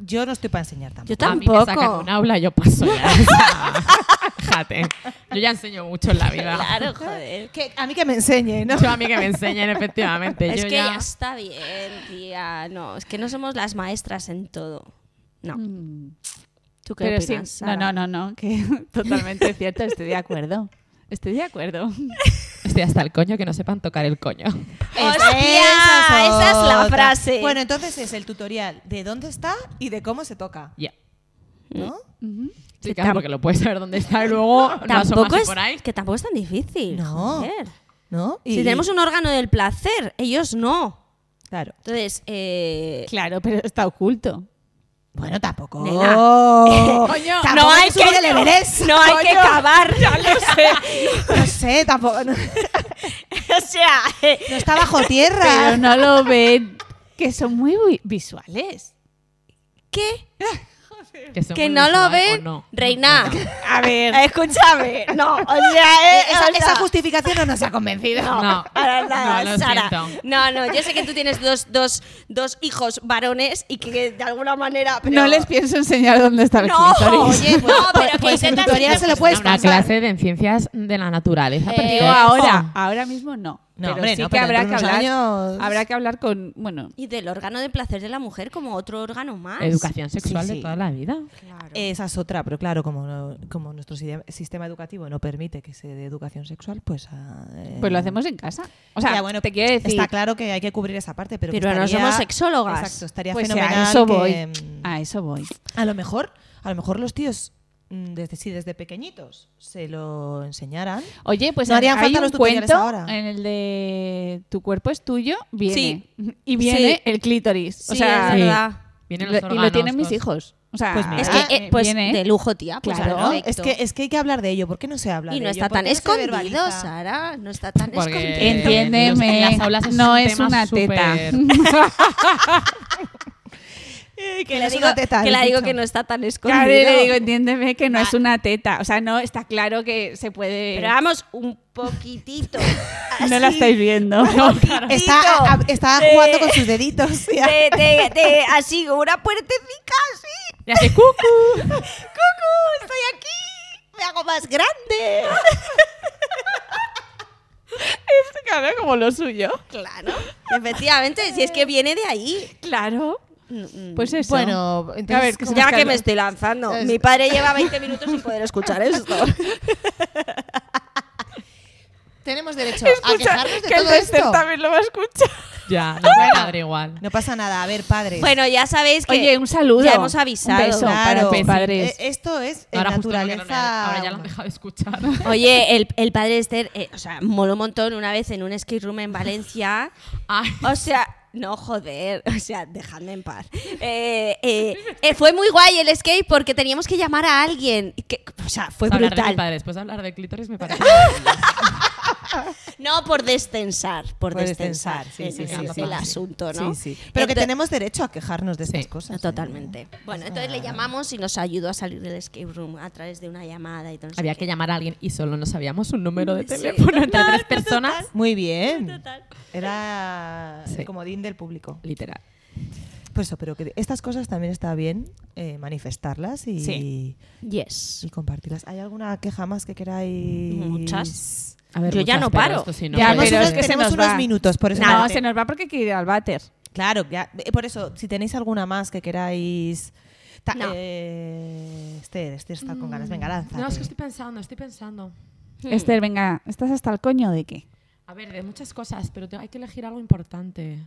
yo no estoy para enseñar
Yo
tampoco.
A mí me sacan
tampoco.
un aula, yo paso ya. o sea, Fíjate. Yo ya enseño mucho en la vida.
Claro, joder.
Que- a mí que me enseñe, ¿no?
Yo a mí que me enseñen, efectivamente.
Es
yo
que
ya...
ya está bien, tía. No, es que no somos las maestras en todo. No.
Mm.
Mm,
¿Tú qué
Pero sí,
opinas?
no, no, no, no, que totalmente cierto, estoy de acuerdo. Estoy de acuerdo.
Estoy hasta el coño, que no sepan tocar el coño.
Hostia, esa es la
otra.
frase.
Bueno, entonces es el tutorial de dónde está y de cómo se toca,
Ya.
¿no?
Sí, claro, porque lo puedes saber dónde está y luego no
Tampoco
asomarse
es,
por ahí.
que tampoco es tan difícil.
No.
joder.
¿No? Y-
Si tenemos un órgano del placer, ellos no.
Claro.
Entonces, eh,
Claro, pero está oculto.
Bueno, tampoco.
Nena.
Coño,
tampoco
no hay
se sube
que,
del Everest,
no hay que
coño.
cavar.
No sé, tampoco. No,
o sea, eh,
no está bajo
Pero
tierra.
no lo ven, que son muy vi- visuales.
¿qué?
Que, son
Que
muy
no lo
visual,
ven,
o no.
reina.
A ver.
Escúchame, no, o sea, eh,
Esa,
o sea,
esa justificación no nos ha convencido.
No, no,
para nada,
lo
Sara.
siento.
No, no, yo sé que tú tienes dos, dos, dos hijos varones y que de alguna manera. pero-
No les pienso enseñar dónde está el
No,
clítoris.
oye, pues, no, pero que
pues en
intentas-
tutorial se lo puedes
Una
pasar.
clase de en ciencias de la naturaleza.
Eh,
Digo,
perfecto.
ahora, ahora mismo no.
No,
pero
hombre,
sí
no,
que
pero
habrá que
dentro de
hablar.
unos años-
Habrá que hablar con, bueno,
Y del órgano de placer de la mujer como otro órgano más.
Educación sexual
Sí, sí.
de toda la vida.
Claro.
Esa es otra, pero claro, como, no- como nuestro si- sistema educativo no permite que se dé educación sexual, pues. ah, eh,
pues lo hacemos en casa. O sea,
Ya, bueno,
te quiero decir,
Está claro que hay que cubrir esa parte, pero. que
Pero no
estaría-
somos sexólogas.
Exacto, estaría
pues
fenomenal.
a eso voy.
que, mm,
A eso voy.
A lo mejor, a lo mejor los tíos, mm, desde, si desde pequeñitos se lo enseñaran.
Oye, pues
No harían
hay
falta
un
los tutoriales
cuento
ahora.
en el de tu cuerpo es tuyo, viene.
Sí.
Y viene
Sí.
el clítoris.
Sí,
o sea,
es verdad.
Vienen
lo-
los
y
órganos,
lo tienen mis
los-
hijos. O sea,
Pues mira.
Es
Ah,
que, eh,
eh,
pues,
viene.
de lujo, tía. Pues
Claro.
ahora,
Es que, es que hay que hablar de ello. ¿Por qué no se habla
y
de
no
ello?
está
¿Por
tan
qué no se
escondido,
verbaliza?
Sara. No está tan escondido.
Porque
Entiéndeme,
en las aulas es
no
un
es
tema
una teta.
súper-
Que
Eh, no
le
es
digo,
una teta,
que,
has
la digo
dicho.
que no está tan escondido.
Claro, y le digo, entiéndeme que no
Ah.
es una teta. O sea, no, está claro que se puede.
Pero vamos, un poquitito.
no la
así.
estáis viendo.
Está, a- está
Eh,
jugando con sus deditos. ya.
de, de- de- así, con una puertecita así.
Y hace cucu.
¡Cucu! ¡Estoy aquí! ¡Me hago más grande!
claro, como lo suyo.
Claro. Efectivamente, si es que viene de ahí.
Claro.
Mm, mm.
Pues eso.
Bueno, entonces,
A ver, que
¿cómo?
se
ya que
calor.
me estoy lanzando.
Es-
Mi padre lleva 20 minutos sin poder escuchar esto.
Tenemos derecho a
Escucha,
quejarnos de
que el
todo
tercer
esto.
también lo va a escuchar.
Ya, no mi padre igual.
no pasa nada. A ver, padres.
Bueno, ya sabéis que.
Oye, un saludo.
Ya hemos avisado.
Un beso
Claro.
para tus
Eh,
padres.
esto es eh,
Ahora justo no quiero
naturaleza.
leer. Ahora ya lo han dejado de escuchar.
Oye, el, el padre de Esther, eh, o sea, moló un montón una vez en un skate room en Valencia.
Ay,
O sea, no joder, o sea, dejadme en paz. Eh, eh, eh, fue muy guay el skate porque teníamos que llamar a alguien. y que- o sea, fue
hablar de mi
brutal.
padre, después de hablar de clítoris me parece.
No, por destensar, por,
Por
destensar,
destensar, sí,
el,
sí,
el-
sí,
el
sí, sí.
asunto, ¿no?
Sí, sí. Pero que
Ento-
tenemos derecho a quejarnos de estas
Sí.
cosas. ¿eh?
Totalmente. Bueno, entonces le llamamos y nos ayudó a salir del escape room a través de una llamada y todo. no sé
Había
qué.
que llamar a alguien y solo no sabíamos un número de teléfono entre tres personas.
Muy bien. Era el
Sí.
comodín del público.
Literal.
Pues eso, pero que estas cosas también está bien eh, manifestarlas y,
Sí.
Yes.
y compartirlas. ¿Hay alguna queja más que queráis?
Muchas.
A ver,
Yo ya
muchas,
no
pero
paro.
esto sí no
Ya, pero
Tenemos
puede ser.
unos,
es que se
tenemos
nos
unos
va.
minutos, por eso.
No,
me-
se nos va porque hay que ir al váter.
Claro, ya, eh, por eso, si tenéis alguna más que queráis... Ta-
No. Mm,
eh, Esther, Esther está con ganas. Venga, lanza.
No, es que estoy pensando, estoy pensando.
Esther, venga, ¿estás hasta el coño de qué?
A ver, de muchas cosas, pero te- hay que elegir algo importante.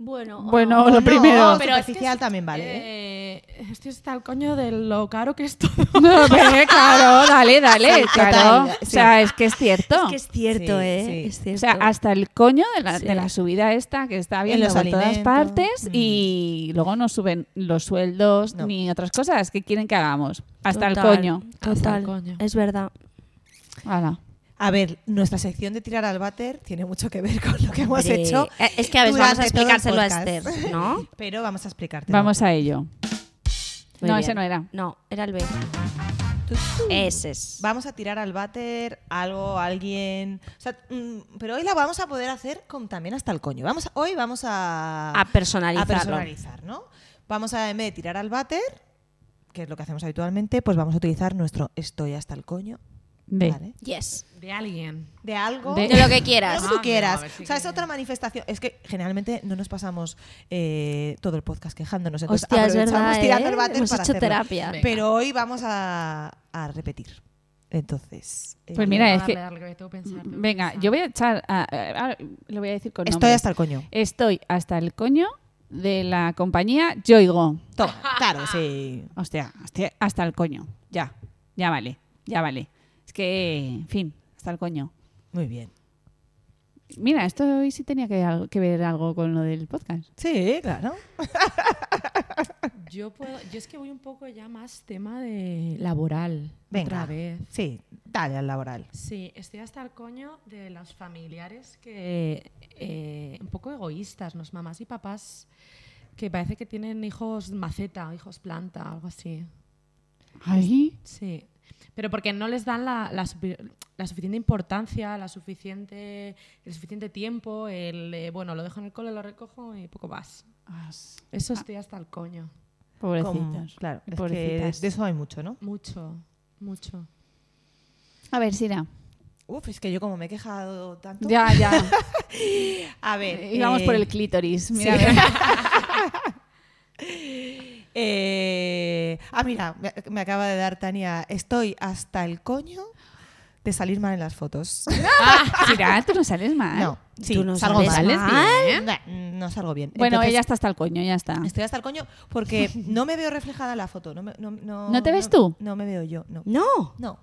Bueno, oh,
Bueno, lo primero.
pero superficial también vale. ¿eh?
Eh, estoy hasta el coño de lo caro que es todo.
No, pero, eh, claro, dale, dale,
Sí, total,
claro.
sí.
O sea, es que es cierto.
que es cierto,
Sí,
¿eh?
sí.
Es cierto.
O sea, hasta el coño de la,
Sí.
de la subida esta que está habiendo
los
por todas
alimentos.
partes
Mm.
y luego no suben los sueldos
No.
ni otras cosas que quieren que hagamos. Hasta
Total,
el coño.
Total,
Hasta el coño.
es verdad.
Hala.
A ver, nuestra sección de tirar al váter tiene mucho que ver con lo que hemos
Hombre,
hecho.
eh, Es que a veces vamos
durante
a
todo el
explicárselo a
podcast.
Esther, ¿no?
Pero vamos a explicarte.
Vamos a ello.
Muy
no,
bien.
ese no era.
No, era el B. Ese es.
Vamos a tirar al váter algo, alguien. O sea, mm, pero hoy la vamos a poder hacer con también hasta el coño. Vamos a- hoy vamos a,
A personalizarlo.
a personalizar, ¿no? Vamos a, en vez de tirar al váter, que es lo que hacemos habitualmente, pues vamos a utilizar nuestro estoy hasta el coño.
Ve.
¿vale?
Yes.
De alguien.
De algo.
De-
De lo que
de
quieras.
lo que
Ah,
tú
no,
quieras.
a ver si
o sea, es
quieres.
otra manifestación. Es que generalmente no nos pasamos eh, todo el podcast quejándonos. Entonces
Hostia, es
aprovechamos
verdad,
tirando
¿eh?
el váter
Hemos
para
hecho
hacerlo.
terapia.
Venga.
Pero hoy vamos a, a repetir. Entonces. eh,
Pues mira, es
Dale,
que.
dale, que tengo que pensar, tengo que
Venga,
pensar.
yo voy a echar. a- a- a- lo voy a decir con
Estoy
nombres.
hasta el coño.
Estoy hasta el coño de la compañía Yoigo.
Toma, claro, sí.
Hostia, hostia, hasta el coño. Ya, ya vale, ya vale. Es que, en fin, hasta el coño.
Muy bien.
Mira, esto hoy sí tenía que, al- que ver algo con lo del podcast.
Sí, claro.
Yo, puedo, yo es que voy un poco ya más tema de laboral.
Venga.
Otra vez.
Sí, dale al laboral.
Sí, estoy hasta el coño de los familiares que eh, un poco egoístas, los mamás y papás que parece que tienen hijos maceta, hijos planta, algo así.
Ay,
Sí. Pero porque no les dan la, la sufi- la suficiente importancia, la suficiente, el suficiente tiempo, el, eh, bueno, lo dejo en el cole, lo recojo y poco más.
as-
Eso estoy hasta el coño.
Como-
pobrecitos.
claro, es que
Pobrecitas.
de eso hay mucho, ¿no?
Mucho, mucho.
A ver, Sira.
Uf, es que yo como me he quejado tanto.
Ya, ya.
A ver.
Íbamos
eh,
por el clítoris.
sí.
Mira, a ver.
Eh, ah, mira, me- me acaba de dar Tania. Estoy hasta el coño de salir mal en las fotos.
Sira, tú no sales mal.
No, sí,
Tú no
salgo
sales
mal.
mal.
Nah, No salgo bien.
Bueno,
Entonces,
ella está hasta el coño, ya está.
Estoy hasta el coño porque no me veo reflejada en la foto. ¿No, me- no, no,
¿No te ves tú?
No me veo yo, no.
No.
No.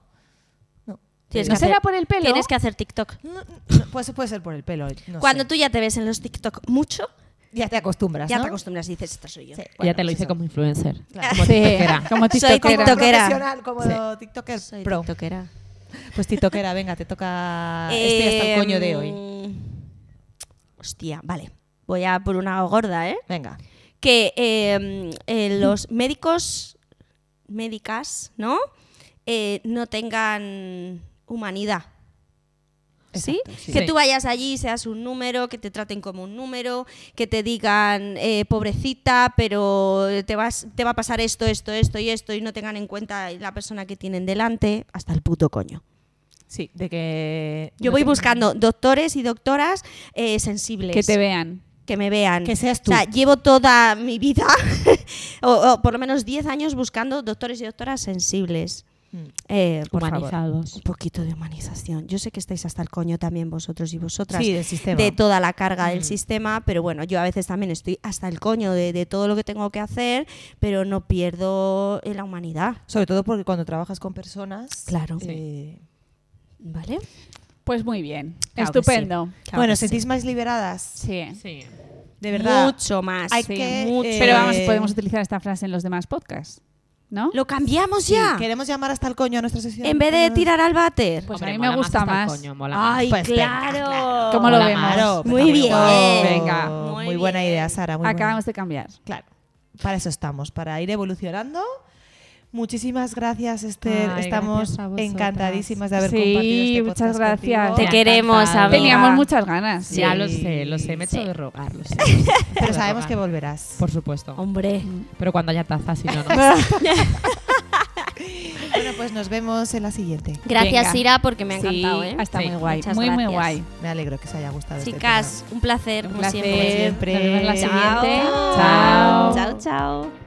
No.
Tienes
¿No
que hacer-
será por el pelo?
Tienes que hacer TikTok.
No, no, puede, ser, puede ser por el pelo. no
Cuando
sé.
tú ya te ves en los TikTok mucho,
ya te acostumbras.
ya
¿no?
te acostumbras y dices, esta soy yo.
Sí, bueno,
ya te lo
pues
hice
eso.
como influencer.
Claro.
Como
Sí,
tiktokera.
como
Soy
tiktokera.
Como
TikTokera.
profesional, como TikToker
Soy
pro.
tiktokera.
Pues TikTokera, venga, te toca. Estoy hasta este el coño de hoy.
Em, Hostia, vale. Voy a por una gorda, ¿eh?
Venga.
que eh, eh, los médicos, médicas, ¿no? Eh, no tengan humanidad. ¿Sí?
Exacto, sí.
Que
Sí.
tú vayas allí y seas un número, que te traten como un número, que te digan eh, pobrecita, pero te, vas, te va a pasar esto, esto, esto y esto, y no tengan en cuenta la persona que tienen delante, hasta el puto coño.
Sí, de que.
Yo
no
voy
te-
buscando doctores y doctoras eh, sensibles
Que te vean.
que me vean.
Que seas tú.
O sea, llevo toda mi vida, o, o por lo menos 10 años, buscando doctores y doctoras sensibles.
Mm.
Eh, por favor,
Humanizados.
un poquito de humanización. Yo sé que estáis hasta el coño también vosotros y vosotras.
Sí, del sistema. Mm.
de toda la carga del sistema, pero bueno, yo a veces también estoy hasta el coño de, de todo lo que tengo que hacer, pero no pierdo eh, la humanidad,
Sobre todo porque cuando trabajas con personas.
Claro.
eh,
¿vale?
Pues muy bien.
Claro que
Estupendo.
Claro
bueno,
que
sentís más liberadas.
Sí.
Sí.
De verdad.
Mucho más.
Hay
Sí,
que.
mucho.
eh,
Pero vamos, podemos utilizar esta frase en los demás podcasts. ¿no?
Lo cambiamos
Sí,
ya.
queremos llamar hasta el coño a nuestra sesión. Ah.
En vez de tirar al váter.
Pues
Hombre,
a mí me
mola
gusta
hasta el
más.
coño, mola más.
Ay,
Pues venga,
claro.
¿Cómo lo
Mola
vemos?
Claro,
Muy
está
bien.
guapo.
Venga.
Muy,
Muy
buena
bien.
idea, Sara. Muy buena.
Acabamos de cambiar.
Claro, para eso estamos, para ir evolucionando. Muchísimas gracias, Esther.
Ay,
Estamos
gracias a vosotras.
encantadísimas de haber
Sí,
compartido este
muchas
podcast
gracias.
contigo.
Te
ha
queremos,
encantado.
amiga.
Teníamos muchas ganas.
Ya
Sí.
lo sé, lo sé, me he hecho
Sí.
de rogar, lo sé.
Pero sabemos que volverás.
Por supuesto.
Hombre.
Pero cuando haya taza, si no, no.
Bueno, pues nos vemos en la siguiente.
Gracias,
Venga.
Ira, porque me ha
Sí,
encantado, ¿eh?
Está
Sí,
muy guay.
muchas
muy, muy
gracias.
guay.
Me alegro que os haya gustado. este
Chicas, un placer,
Un
como
placer.
siempre.
siempre.
Nos vemos en la
Chao.
siguiente.
Chao. Chao, chao.